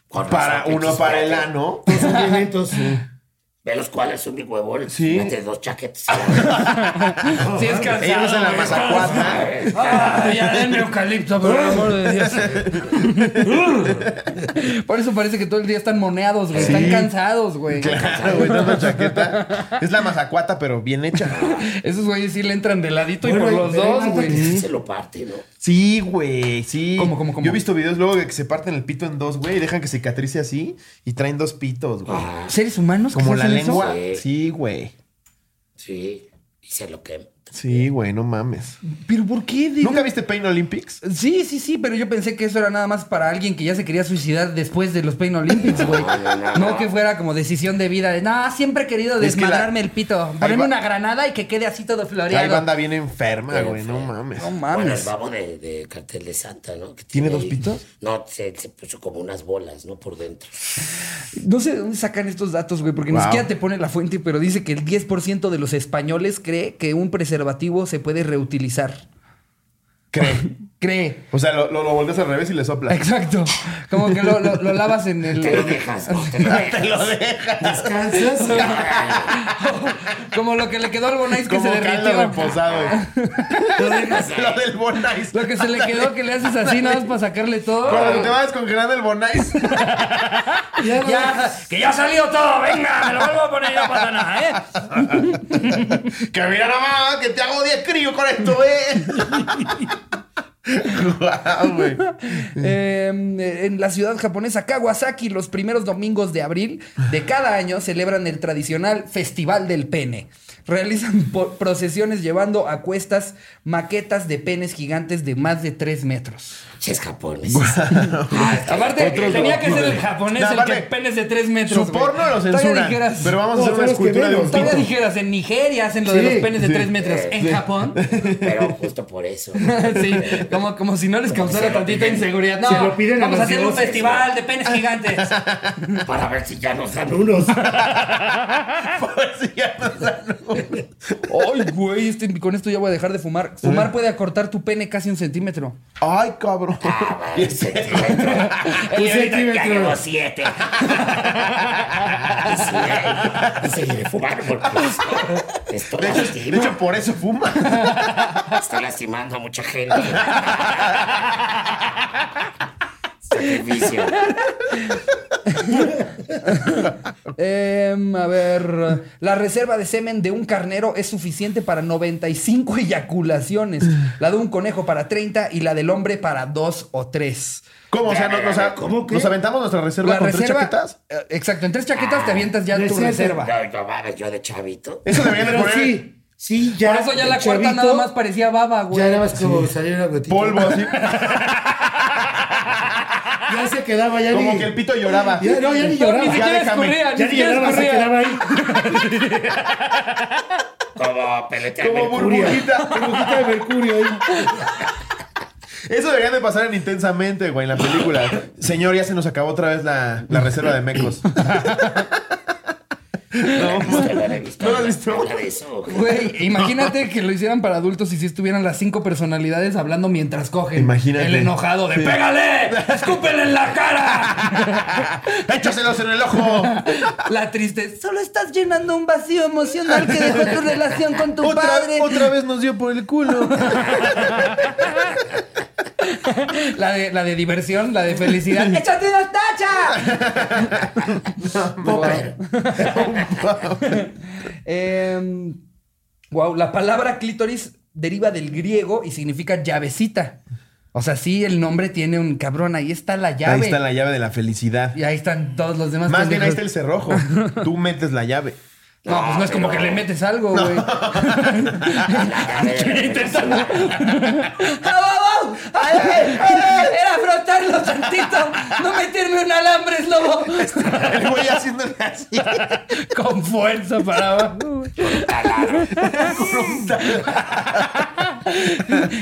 Speaker 2: Con
Speaker 3: Para
Speaker 2: razón,
Speaker 3: uno
Speaker 2: pinches
Speaker 3: para el
Speaker 2: cuates.
Speaker 3: ano.
Speaker 4: Son violentos.
Speaker 2: De los cuales son mi huevón.
Speaker 3: Sí.
Speaker 2: Mete dos
Speaker 3: [LAUGHS]
Speaker 2: chaquetes.
Speaker 1: Sí, es
Speaker 3: Ah, Ellos usan la
Speaker 2: [LAUGHS]
Speaker 3: mazacuata.
Speaker 1: Ah, ya denme eucalipto, por el
Speaker 3: Ah.
Speaker 1: amor de Dios. Por eso parece que todo el día están moneados, güey. Están cansados, güey.
Speaker 3: Claro, Ah, güey, no es una chaqueta. Es la mazacuata, pero bien hecha.
Speaker 1: Esos güeyes sí le entran de ladito y
Speaker 4: Bueno,
Speaker 1: por
Speaker 4: y
Speaker 1: los
Speaker 4: pero hay
Speaker 1: dos,
Speaker 4: banda
Speaker 1: güey.
Speaker 4: que
Speaker 2: Se lo parte, ¿no?
Speaker 3: Sí, güey, sí.
Speaker 1: ¿Cómo, cómo, cómo?
Speaker 3: Yo he visto videos luego de que se parten el pito en dos, güey, y dejan que cicatrice así y traen dos pitos, güey.
Speaker 2: Ah,
Speaker 1: ¿Seres humanos? que
Speaker 3: Como
Speaker 1: se
Speaker 3: la
Speaker 1: hacen eso?
Speaker 3: lengua.
Speaker 2: Sí.
Speaker 3: Sí, güey.
Speaker 2: sí. Y se lo quema.
Speaker 3: Sí, güey, no mames.
Speaker 1: ¿Pero por qué? de-
Speaker 3: ¿Nunca viste Pain Olympics?
Speaker 1: Sí, sí, sí, pero yo pensé que eso era nada más para alguien que ya se quería suicidar después de los Pain Olympics, güey.
Speaker 2: No, no, no,
Speaker 1: No
Speaker 2: no.
Speaker 1: que fuera como decisión de vida de, no, siempre he querido
Speaker 3: Es que la-
Speaker 1: desmadrarme el pito, ponerme
Speaker 3: va-
Speaker 1: una granada y que quede así todo
Speaker 3: Hay
Speaker 1: floreado.
Speaker 3: banda bien enferma,
Speaker 2: Bien
Speaker 3: güey, no
Speaker 2: enferma.
Speaker 3: mames.
Speaker 1: No
Speaker 2: Bueno, el
Speaker 1: mames.
Speaker 2: babo de, de cartel de Santa, ¿no? Que
Speaker 3: ¿Tiene dos
Speaker 2: ahí-
Speaker 3: pitos?
Speaker 2: No, se, se puso como unas bolas, ¿no? Por dentro.
Speaker 1: No sé de dónde sacan estos datos, güey, porque ni
Speaker 3: Wow.
Speaker 1: siquiera te pone la fuente, pero dice que el 10% de los españoles cree que un preservativo se puede reutilizar. [LAUGHS]
Speaker 3: Cree.
Speaker 1: Cree.
Speaker 3: O sea, lo, lo, lo volteas al revés y le [LAUGHS] soplas.
Speaker 1: Exacto. Como que lo, lo- lo lavas en el...
Speaker 2: Te lo dejas, ¿no? Te
Speaker 3: [LAUGHS]
Speaker 2: lo dejas. Ah,
Speaker 4: Descansas.
Speaker 1: Como lo que le quedó al Bonais que se
Speaker 3: Como caldo
Speaker 1: derritió.
Speaker 3: reposado.
Speaker 1: [LAUGHS]
Speaker 3: lo dejas [LAUGHS] lo del Bonais.
Speaker 1: Lo que se le quedó que le haces así nada más para sacarle todo. [LAUGHS]
Speaker 3: Cuando te vas congelando el Bonais.
Speaker 4: Ya,
Speaker 1: Ya, que ya ha salido todo, venga, me lo vuelvo a poner, no pasa nada, ¿eh?
Speaker 3: Que mira nomás, que te hago 10 críos con esto, eh. Guau, güey.
Speaker 1: Eh, en la ciudad japonesa Kawasaki, los primeros domingos de abril de cada año celebran el tradicional Festival del Pene. Realizan po- procesiones llevando a cuestas maquetas de penes gigantes de más de 3 metros.
Speaker 2: Ches
Speaker 3: [LAUGHS]
Speaker 2: japoneses. Ah, está
Speaker 1: Aparte,
Speaker 2: bien.
Speaker 1: tenía que ser el japonés
Speaker 3: No,
Speaker 1: el que
Speaker 3: aparte,
Speaker 1: penes de 3 metros.
Speaker 3: Su
Speaker 1: güey.
Speaker 3: porno lo
Speaker 1: Todavía
Speaker 3: censuran.
Speaker 1: dijeras-
Speaker 3: Pero vamos a
Speaker 4: No,
Speaker 3: hacer una
Speaker 4: son los que
Speaker 3: escultura de un
Speaker 4: menos.
Speaker 1: Todavía
Speaker 3: pito.
Speaker 1: dijeras, en Nigeria hacen lo de
Speaker 4: Sí,
Speaker 1: los penes de
Speaker 3: sí.
Speaker 1: 3 metros. En Japón. [LAUGHS]
Speaker 2: Pero justo por eso.
Speaker 1: Sí, como, como si no les causara
Speaker 2: se lo
Speaker 1: tantita
Speaker 2: piden.
Speaker 1: inseguridad. No,
Speaker 4: Se lo piden a
Speaker 1: vamos a
Speaker 4: los
Speaker 1: hacer un
Speaker 4: dioses,
Speaker 1: festival de penes gigantes.
Speaker 2: Para ver si ya nos dan uno.
Speaker 4: Unos.
Speaker 3: [LAUGHS] Pues ya nos dan un-
Speaker 1: Ay, güey, este- con esto ya voy a dejar de fumar. Fumar puede acortar tu pene casi un centímetro.
Speaker 3: Ay, cabrón.
Speaker 2: Ah,
Speaker 3: [LAUGHS]
Speaker 2: vale, un centímetro. Y
Speaker 4: Un
Speaker 2: ahorita Ya
Speaker 4: centímetro.
Speaker 2: llevo siete. Y sí, eh, Y seguiré fumando
Speaker 3: [LAUGHS]
Speaker 2: porque pues, esto
Speaker 3: De hecho, de
Speaker 2: lastima.
Speaker 3: hecho, por eso fuma.
Speaker 2: Está lastimando a mucha gente.
Speaker 3: [LAUGHS]
Speaker 2: Sacrificio.
Speaker 1: Em, a ver, la reserva de semen de un carnero es suficiente para 95 eyaculaciones. La de un conejo para 30 y la del hombre para 2 o 3.
Speaker 3: ¿Cómo? O sea, nos, nos, a-
Speaker 2: ¿Cómo
Speaker 3: nos aventamos nuestra reserva
Speaker 1: La
Speaker 3: con tres
Speaker 1: reserva.
Speaker 3: chaquetas.
Speaker 1: eh, Exacto, en tres chaquetas
Speaker 4: Ah,
Speaker 1: te avientas ya tu
Speaker 4: Reserva.
Speaker 1: reserva.
Speaker 2: No, no mames, yo de chavito.
Speaker 3: Eso deberían de
Speaker 4: Pero
Speaker 3: poner
Speaker 4: sí, sí, ya.
Speaker 1: Por eso ya
Speaker 4: el
Speaker 1: la cuarta
Speaker 4: chavito,
Speaker 1: nada más parecía baba,
Speaker 4: Ya
Speaker 1: güey.
Speaker 4: era más como salir una gotita.
Speaker 3: polvo así.
Speaker 4: Ya se quedaba, ya
Speaker 3: Como
Speaker 4: ni-
Speaker 3: que el pito lloraba.
Speaker 4: Ya, no, ya ni lloraba.
Speaker 1: Ni
Speaker 4: Ya,
Speaker 1: siquiera
Speaker 3: déjame.
Speaker 1: escurría, ni
Speaker 4: ya ni
Speaker 1: siquiera
Speaker 4: lloraba, se
Speaker 1: escurría.
Speaker 4: quedaba ahí.
Speaker 2: Como peletear
Speaker 3: Como
Speaker 2: mercurio.
Speaker 3: burbujita.
Speaker 4: Burbujita de mercurio ahí.
Speaker 3: Eso debería de pasar en intensamente, güey, en la película. Señor, ya se nos acabó otra vez la, la reserva de mecos.
Speaker 2: No, no la he visto.
Speaker 3: ¿No la has visto?
Speaker 2: Habla de eso.
Speaker 3: [LAUGHS]
Speaker 1: Güey, imagínate que lo hicieran para adultos y si estuvieran las cinco personalidades hablando mientras cogen.
Speaker 3: Imagínate.
Speaker 1: El enojado de
Speaker 3: Sí. [LAUGHS]
Speaker 1: ¡Pégale! ¡Escúpele en la cara!
Speaker 3: ¡Échaselos en el ojo!
Speaker 1: la triste. Solo estás llenando un vacío emocional que dejó tu relación con [LAUGHS] tu
Speaker 3: Otra,
Speaker 1: padre.
Speaker 3: otra vez nos dio por el culo.
Speaker 1: La, de, la de diversión, la de felicidad. ¡Échate una tacha!
Speaker 2: Popper.
Speaker 1: Em, wow, la palabra clítoris deriva del griego y significa llavecita. O sea, sí, el nombre tiene un cabrón. Ahí está la llave.
Speaker 3: Ahí está la llave de la felicidad.
Speaker 1: Y ahí están todos los demás.
Speaker 3: Más bien ahí
Speaker 1: pendejos.
Speaker 3: está el cerrojo.
Speaker 1: [LAUGHS]
Speaker 3: Tú metes la llave.
Speaker 1: No, pues no es como que le metes algo, güey. Quería intentarlo. ¡Ah, wow, wow! ¡Ay, ay, ay! eh, Era frotarlo tantito. No meterme un alambre, lobo.
Speaker 3: El güey haciéndole así.
Speaker 1: [LAUGHS] Con fuerza para abajo. güey.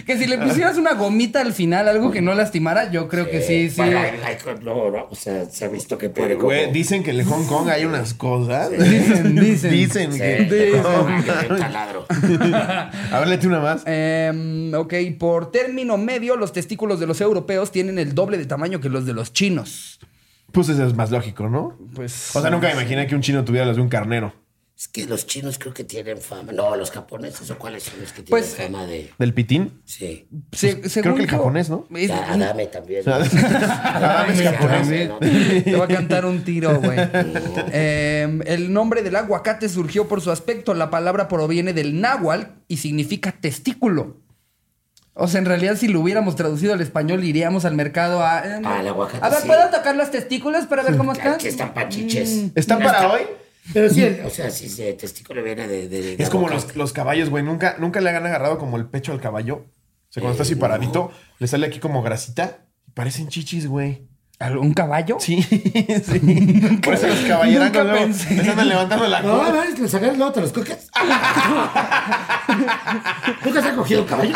Speaker 1: que si le pusieras una gomita al final, algo que no lastimara, yo creo que sí, sí.
Speaker 2: Para el alcohol, no, no, o sea, se ha visto que puede. como-
Speaker 3: Eh, Güey, dicen que en el Hong Kong hay unas cosas.
Speaker 1: Dicen, dicen.
Speaker 3: Dicen
Speaker 2: Sí,
Speaker 3: que.
Speaker 2: que como que un taladro.
Speaker 3: [LAUGHS] A ver, lete una más.
Speaker 1: Em, ok, por término medio, los testículos de los europeos tienen el doble de tamaño que los de los chinos.
Speaker 3: Pues eso es más lógico, ¿no?
Speaker 1: Pues.
Speaker 3: O sea, nunca me imaginé que un chino tuviera los de un carnero.
Speaker 2: Es que los chinos creo que tienen fama. No, los japoneses, ¿o cuáles son los que tienen
Speaker 1: Pues,
Speaker 2: fama de...?
Speaker 3: ¿Del pitín?
Speaker 2: Sí.
Speaker 1: se- según
Speaker 3: Pues, que el
Speaker 1: yo-
Speaker 3: japonés, ¿no?
Speaker 1: Es-
Speaker 2: Ya, Adame también. ¿no?
Speaker 3: Adame es
Speaker 1: Ay,
Speaker 3: japonés.
Speaker 1: mira,
Speaker 2: ¿no?
Speaker 1: güey. [LAUGHS] Te va a cantar un tiro,
Speaker 2: [LAUGHS]
Speaker 1: güey. Em, el nombre del aguacate surgió por su aspecto. La palabra proviene del náhuatl y significa testículo. O sea, en realidad, si lo hubiéramos traducido al español, iríamos al mercado a. eh,
Speaker 2: Al Ah, aguacate,
Speaker 1: A ver,
Speaker 2: sí.
Speaker 1: ¿puedo tocar los testículos para ver cómo están?
Speaker 2: Aquí están pachiches.
Speaker 1: Mm.
Speaker 3: ¿Están para hoy?
Speaker 4: Pero sí, el-
Speaker 2: O sea, si ese testículo viene de... de- de
Speaker 3: Es como
Speaker 2: aguacate.
Speaker 3: los, los caballos, güey. Nunca, nunca le han agarrado como el pecho al caballo. O sea, cuando está así paradito, le sale aquí como grasita y parecen chichis, güey. [LAUGHS]
Speaker 1: ¿Un caballo?
Speaker 3: Sí, sí. Por eso los
Speaker 1: Nunca
Speaker 3: caballerangos luego
Speaker 1: pensé.
Speaker 3: les andan levantando la
Speaker 4: No,
Speaker 3: cola.
Speaker 4: no, es que los agarras luego te los [LAUGHS] coges.
Speaker 2: ¿Nunca se ha cogido un caballo?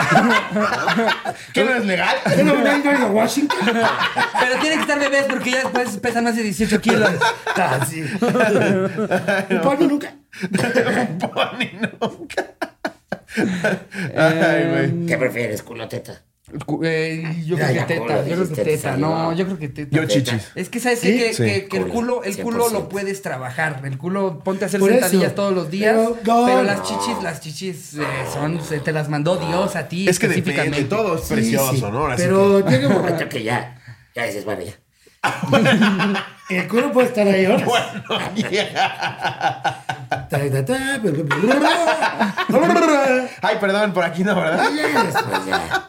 Speaker 3: ¿Qué no es [LAUGHS] legal?
Speaker 4: ¿Qué no me han traído
Speaker 3: [LAUGHS]
Speaker 4: a Washington?
Speaker 1: Pero tiene que estar bebés porque ya después pesan más de 18 kilos.
Speaker 2: [LAUGHS]
Speaker 4: Así. Un polvo nunca.
Speaker 3: Un pony nunca. Ay, güey.
Speaker 2: ¿Qué prefieres, culo o teta?
Speaker 1: Cu- eh, yo
Speaker 2: Ya,
Speaker 1: creo que
Speaker 2: ya, culo,
Speaker 1: teta, yo creo que
Speaker 2: dijiste,
Speaker 1: teta,
Speaker 2: salió.
Speaker 1: no, yo creo que teta.
Speaker 3: Yo chichis.
Speaker 1: Es que sabes qué? que,
Speaker 3: Sí.
Speaker 1: que- que el culo,
Speaker 2: Culo,
Speaker 1: el culo lo
Speaker 2: 100%.
Speaker 1: puedes trabajar. El culo, ponte a hacer
Speaker 4: Por eso.
Speaker 1: sentadillas todos los días. Pero,
Speaker 4: Pero, no,
Speaker 1: las
Speaker 4: no.
Speaker 1: chichis, las chichis eh, son, se te las mandó Dios a ti.
Speaker 3: Es que
Speaker 1: específicamente.
Speaker 3: depende. Todo es precioso,
Speaker 4: Sí, sí.
Speaker 3: ¿no? Ahora sí
Speaker 4: Pero
Speaker 2: Un [LAUGHS]
Speaker 4: llega un
Speaker 2: momento que ya, ya dices, bueno, ya.
Speaker 4: El culo puede estar ahí horas.
Speaker 3: que- [LAUGHS]
Speaker 4: Ta, ta, ta, pero- Ya
Speaker 3: Ay, perdón, por aquí no, ¿verdad? [LAUGHS]
Speaker 4: [LAUGHS] llegas.
Speaker 2: Pues ya.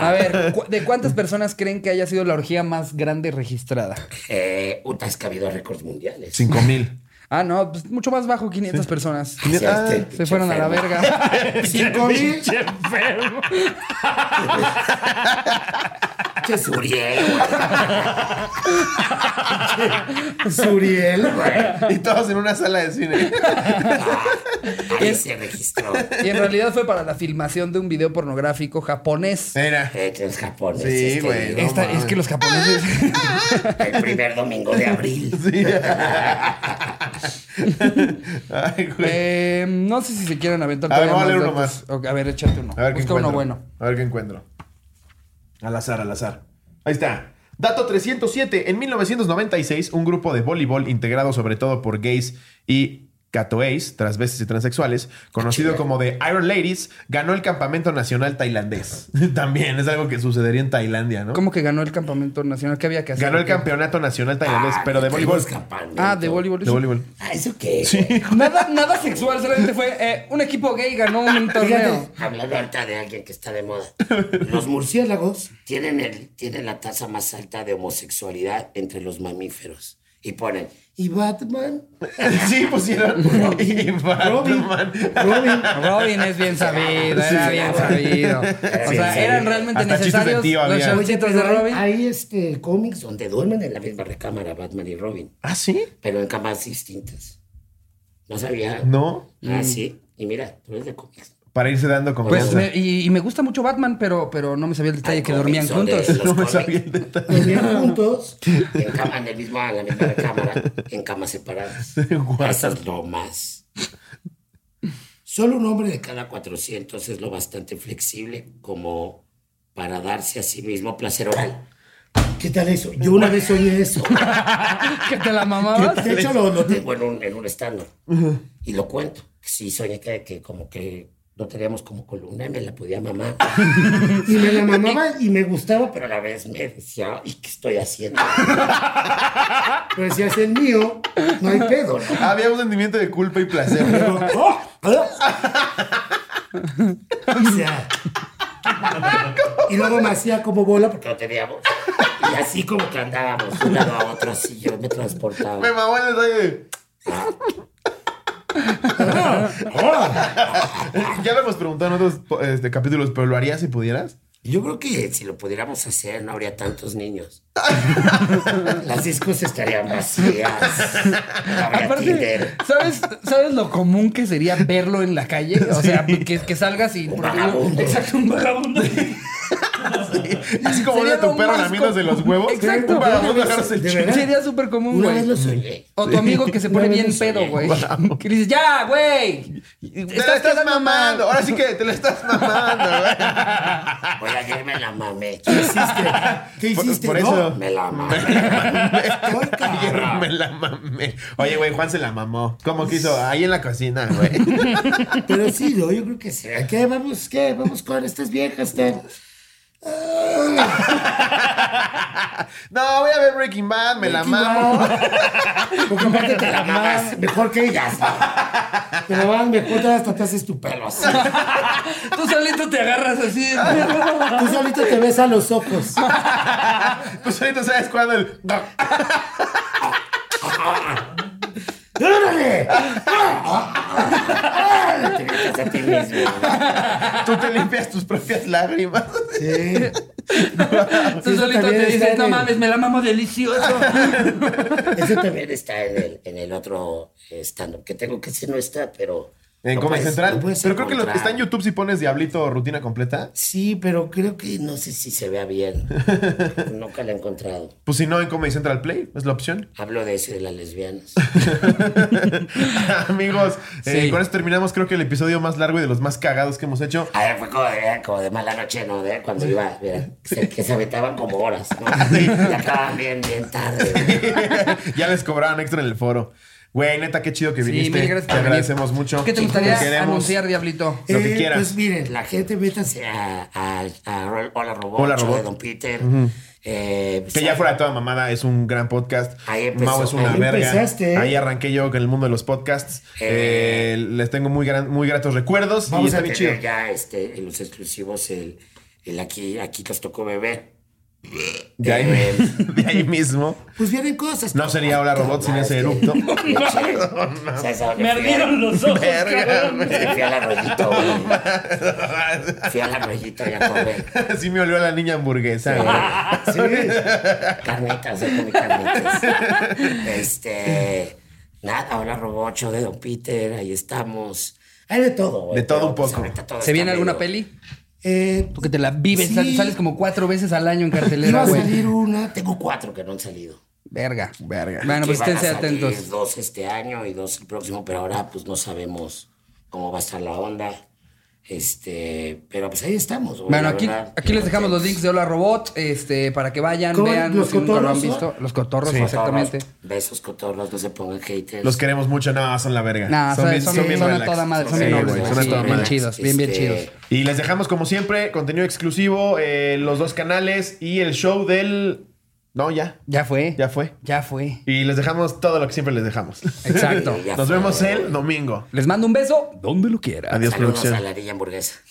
Speaker 1: A ver, cu- ¿de cuántas personas creen que haya sido la orgía más grande registrada?
Speaker 2: Eh, puta, es que ha habido récords mundiales.
Speaker 3: Cinco mil.
Speaker 1: Ah, no, pues mucho más bajo, 500
Speaker 3: [LAUGHS]
Speaker 1: personas.
Speaker 2: Ay, ya,
Speaker 3: ah,
Speaker 2: este
Speaker 1: Se
Speaker 2: pinche
Speaker 1: fueron a la
Speaker 2: enfermo.
Speaker 1: verga. [LAUGHS]
Speaker 4: Cinco mil.
Speaker 2: Pinche Suriel, güey.
Speaker 4: Suriel.
Speaker 3: Y todos en una sala de cine.
Speaker 2: Ahí se registró.
Speaker 1: Y en realidad fue para la filmación de un video pornográfico japonés.
Speaker 3: Mira.
Speaker 2: Eh, Los japoneses.
Speaker 3: Sí,
Speaker 2: este,
Speaker 3: güey, no
Speaker 1: Esta- es
Speaker 3: mames.
Speaker 1: que los
Speaker 3: [LAUGHS]
Speaker 1: japoneses.
Speaker 2: El primer domingo de abril.
Speaker 3: Sí.
Speaker 1: [LAUGHS]
Speaker 3: Ay, güey.
Speaker 1: Eh, no sé si se quieren aventar.
Speaker 3: A ver,
Speaker 1: todavía
Speaker 3: voy a leer uno
Speaker 1: datos. Ok, a ver, échate uno.
Speaker 3: A ver qué
Speaker 1: Busca
Speaker 3: encuentro.
Speaker 1: uno bueno.
Speaker 3: A ver qué encuentro. Al azar, al azar. Ahí está. Dato 307. En 1996, un grupo de voleibol integrado sobre todo por gays y catoeis, transvestis y transexuales, conocido
Speaker 1: Ah,
Speaker 3: como The Iron Ladies, ganó el campamento nacional tailandés. [LAUGHS] También es algo que sucedería en Tailandia, ¿no?
Speaker 1: ¿Cómo que ganó el campamento nacional? ¿Qué había que hacer?
Speaker 3: Ganó el
Speaker 1: ¿Qué?
Speaker 3: campeonato nacional tailandés,
Speaker 2: Ah,
Speaker 3: [LAUGHS] pero de
Speaker 2: tenemos
Speaker 3: voleibol.
Speaker 2: campamento.
Speaker 1: Ah, de voleibol.
Speaker 3: De voleibol. [LAUGHS]
Speaker 2: Ah, ¿eso qué?
Speaker 1: [LAUGHS] Nada, nada sexual, solamente fue eh, un equipo gay ganó
Speaker 3: [LAUGHS]
Speaker 1: un torneo.
Speaker 2: Hablando ahorita de alguien que está de moda. Los murciélagos tienen, el, tienen la tasa más alta de homosexualidad entre los mamíferos. Y ponen,
Speaker 4: Y Batman.
Speaker 3: Sí,
Speaker 1: [LAUGHS]
Speaker 3: pusieron. [LAUGHS] Y Batman.
Speaker 4: Robin.
Speaker 1: Robin es bien sabido, era
Speaker 3: Sí.
Speaker 1: bien sabido. O
Speaker 2: bien
Speaker 1: sea,
Speaker 2: sabido.
Speaker 1: eran realmente
Speaker 3: Hasta chistes de
Speaker 1: necesarios
Speaker 3: tío
Speaker 1: los
Speaker 3: había.
Speaker 4: Oye,
Speaker 1: chavitos de
Speaker 4: pero hay,
Speaker 1: Robin.
Speaker 4: hay, este cómics.
Speaker 2: donde duermen en la misma recámara Batman y Robin,
Speaker 3: ¿Ah, sí?
Speaker 2: pero en camas distintas. No sabía.
Speaker 3: No.
Speaker 2: Ah, sí. Y mira, tú eres de cómics.
Speaker 3: para irse dando con
Speaker 1: Pues
Speaker 3: cosas. [LAUGHS]
Speaker 1: me- y, y me gusta mucho Batman, pero, pero no me sabía el detalle
Speaker 2: Al
Speaker 1: que dormían
Speaker 2: comienzo de
Speaker 1: juntos.
Speaker 2: los
Speaker 3: [LAUGHS] no me
Speaker 2: cómics,
Speaker 3: sabía el detalle.
Speaker 4: Dormían juntos.
Speaker 2: En, cama, en el mismo, en la misma cámara, en camas separadas.
Speaker 3: [LAUGHS] Guau.
Speaker 2: Esas lomas. Solo un hombre de cada 400 es lo bastante flexible como para darse a sí mismo placer oral.
Speaker 4: ¿Qué tal eso? Yo una vez oí eso.
Speaker 1: [LAUGHS] ¿Que te la mamabas?
Speaker 4: De hecho, lo, lo
Speaker 2: Lo tengo en un, en un estándar y lo cuento. Sí, soñé que, que como que no teníamos como columna y me la podía mamar.
Speaker 4: Y me la mamaba y me gustaba,
Speaker 2: Pero a la vez me decía, ¿y qué estoy haciendo?
Speaker 4: pero si es el mío, no hay pedo. ¿no? ¡oh!
Speaker 3: Había un sentimiento de culpa y placer. [LAUGHS]
Speaker 4: O sea, y luego me hacía como bola porque
Speaker 2: No teníamos. Y así como que andábamos de un lado a otro, así yo me transportaba. Ah,
Speaker 3: me mamó el detalle de- eh, Ya lo hemos preguntado en otros po- este, capítulos, pero ¿lo harías si pudieras?
Speaker 2: Yo creo que si lo pudiéramos hacer, no habría tantos niños. Las discos estarían vacías. No habría
Speaker 1: Aparte,
Speaker 2: Tinder.
Speaker 1: ¿sabes, ¿sabes lo común que sería verlo en la calle? O sea, que, que salgas y...
Speaker 2: Un vagabundo.
Speaker 1: Exacto, un
Speaker 2: [LAUGHS]
Speaker 1: vagabundo.
Speaker 3: Así como
Speaker 1: Sería
Speaker 3: de tu
Speaker 1: lo
Speaker 3: perro
Speaker 1: más
Speaker 3: la minas de los
Speaker 1: común.
Speaker 3: huevos.
Speaker 1: Exacto.
Speaker 3: Un vagabundo agarrarse el
Speaker 4: De
Speaker 3: chicle.
Speaker 4: verdad.
Speaker 1: Sería súper común,
Speaker 2: Una vez
Speaker 1: güey.
Speaker 2: lo soñé.
Speaker 1: O tu amigo que se pone bien pedo, güey. Que le dices, ya, güey.
Speaker 3: Te la estás mamando. Ahora sí que te la estás
Speaker 1: [LAUGHS]
Speaker 3: mamando, güey.
Speaker 2: Hoy ayer me la mamé.
Speaker 4: ¿qué
Speaker 3: Por-
Speaker 4: hiciste?
Speaker 3: por
Speaker 4: no?
Speaker 3: eso-
Speaker 2: Me la mamé.
Speaker 4: Ay, cabrón.
Speaker 3: Me la mamé. Oye, güey, Juan se la mamó. ¿Cómo quiso? Ahí en la cocina, güey.
Speaker 1: [LAUGHS]
Speaker 4: Pero sí, no, yo creo que sí. ¿Qué? Vamos, ¿qué? Vamos con este estas viejas. tal.
Speaker 3: No, voy a ver Breaking Bad, me la
Speaker 4: Aquí
Speaker 3: mamo.
Speaker 4: va. Porque aparte te la mamas mejor que ellas. Te la mamas mejor, te hasta te haces tu pelo así.
Speaker 1: Tú solito te agarras
Speaker 3: [LAUGHS]
Speaker 1: así.
Speaker 3: Ah,
Speaker 4: Tú solito te ves a los ojos.
Speaker 3: [LAUGHS] Tú solito sabes cuándo el.
Speaker 4: ¡Órale!
Speaker 2: Te metes a ti mismo.
Speaker 3: Tú te limpias tus propias lágrimas.
Speaker 4: Sí.
Speaker 1: Tú
Speaker 4: Eso
Speaker 1: solito
Speaker 4: también
Speaker 1: te
Speaker 4: está
Speaker 1: dices,
Speaker 4: en
Speaker 1: no
Speaker 4: el-
Speaker 1: mames, me la mamo
Speaker 3: [LAUGHS]
Speaker 1: delicioso.
Speaker 2: Eso también está en el, en el otro stand-up que tengo que decir, no está, pero.
Speaker 3: En
Speaker 2: lo
Speaker 3: Comedy
Speaker 2: puedes-
Speaker 3: Central.
Speaker 2: lo puedes
Speaker 3: Pero creo que lo que está
Speaker 2: encontrar.
Speaker 3: en YouTube, si pones Diablito rutina completa.
Speaker 2: Sí, pero creo que no sé si se vea [LAUGHS] bien. Nunca la he encontrado.
Speaker 3: Pues si no, en Comedy Central Play es
Speaker 1: [LAUGHS]
Speaker 3: la opción.
Speaker 2: Hablo de eso y de las [LAUGHS] lesbianas.
Speaker 3: Amigos, eh,
Speaker 1: Sí.
Speaker 3: con esto terminamos creo que el episodio más largo y de los más cagados que hemos hecho. [LAUGHS]
Speaker 2: A ver, Ah, fue como de, como de mala noche, ¿no? De cuando iba, mira, se- que se aventaban como horas, ¿no? [LAUGHS] Y acababan bien, bien tarde.
Speaker 3: ya les cobraban extra en el foro. Güey, neta, qué chido que
Speaker 1: Sí,
Speaker 3: viniste.
Speaker 1: mil gracias
Speaker 3: Te
Speaker 1: por venir.
Speaker 3: agradecemos mucho.
Speaker 1: ¿Qué te
Speaker 3: Te
Speaker 1: gustaría
Speaker 3: queremos.
Speaker 1: anunciar, Diablito?
Speaker 3: Lo que
Speaker 4: Eh,
Speaker 3: quieras.
Speaker 4: Pues miren,
Speaker 2: La gente, métanse a, a, a Ro- Hola Robot,
Speaker 3: Hola,
Speaker 2: show
Speaker 3: Robot.
Speaker 2: de Don Peter. eh,
Speaker 3: Que ya fuera de toda mamada, es un gran podcast.
Speaker 2: Ahí empezó.
Speaker 3: Mau es una
Speaker 4: Ahí
Speaker 3: verga.
Speaker 4: empezaste, ¿eh?
Speaker 3: Ahí arranqué yo con el mundo de los podcasts.
Speaker 2: Eh.
Speaker 3: Eh, les tengo muy, gran- muy gratos recuerdos. y
Speaker 2: Vamos
Speaker 3: está
Speaker 2: a
Speaker 3: bien
Speaker 2: tener
Speaker 3: chido.
Speaker 2: ya este, en los exclusivos el, el aquí, aquí nos tocó beber. Eh,
Speaker 3: De ahí, [LAUGHS] de ahí mismo.
Speaker 4: pues vienen cosas.
Speaker 3: No sería Hola Robot sin ese eructo. [LAUGHS]
Speaker 2: Me ardieron los
Speaker 3: Verga, güey.
Speaker 2: Fui al
Speaker 3: [LAUGHS]
Speaker 2: arroyito, güey. Fui al arroyito y a comer.
Speaker 3: Sí me olió a la niña hamburguesa. güey.
Speaker 2: Sí. Carnitas, yo comí carnitas. Este. Nada, ahora robó ocho de Don Peter, ahí estamos.
Speaker 4: Hay de todo.
Speaker 3: De todo un
Speaker 2: pues,
Speaker 3: poco.
Speaker 1: ¿Se viene alguna peli?
Speaker 4: Eh,
Speaker 1: Tú que te la vives,
Speaker 4: Sí.
Speaker 1: sal- sales como cuatro veces al año en
Speaker 4: iba
Speaker 1: cartelera,
Speaker 4: a
Speaker 1: güey.
Speaker 4: salir una. te-
Speaker 2: Tengo cuatro que no han salido.
Speaker 1: Verga.
Speaker 3: Verga.
Speaker 1: Bueno, pues
Speaker 2: Que van
Speaker 1: esténse
Speaker 2: a salir
Speaker 1: atentos.
Speaker 2: Dos este año y dos el próximo, pero ahora pues no sabemos cómo va a estar la onda. Este, pero pues ahí estamos. güey,
Speaker 1: Bueno,
Speaker 2: la
Speaker 1: aquí,
Speaker 2: verdad, pues,
Speaker 1: aquí les dejamos los links de
Speaker 2: contentos.
Speaker 1: Hola Robot, este, para que vayan,
Speaker 4: ¿Cómo?
Speaker 1: vean,
Speaker 4: ¿Los
Speaker 1: si nunca lo han
Speaker 4: cotorros,
Speaker 1: visto. Los cotorros, exactamente.
Speaker 2: Cotorros, Besos, cotorros, no se pongan haters.
Speaker 3: Los queremos mucho. No, son la verga.
Speaker 1: Nah, son, son, son a
Speaker 3: relax.
Speaker 1: toda madre, son
Speaker 3: Sí,
Speaker 1: bien
Speaker 3: güey,
Speaker 1: nobles,
Speaker 3: son a
Speaker 1: sí,
Speaker 3: toda
Speaker 1: bien
Speaker 3: madre.
Speaker 1: chidos, bien, bien
Speaker 2: Este,
Speaker 1: chidos.
Speaker 3: Y les dejamos, como siempre, contenido exclusivo, eh, los dos canales y el show del. No, ya.
Speaker 1: Ya fue.
Speaker 3: Ya fue.
Speaker 1: Ya fue.
Speaker 3: Y les dejamos todo lo que siempre les dejamos.
Speaker 1: [LAUGHS] Exacto.
Speaker 2: Ya
Speaker 3: Nos
Speaker 2: fue.
Speaker 3: vemos el domingo.
Speaker 1: Les mando un beso donde lo quieran.
Speaker 3: Adiós,
Speaker 2: Saludos
Speaker 3: producción.
Speaker 2: a la Villa Hamburguesa.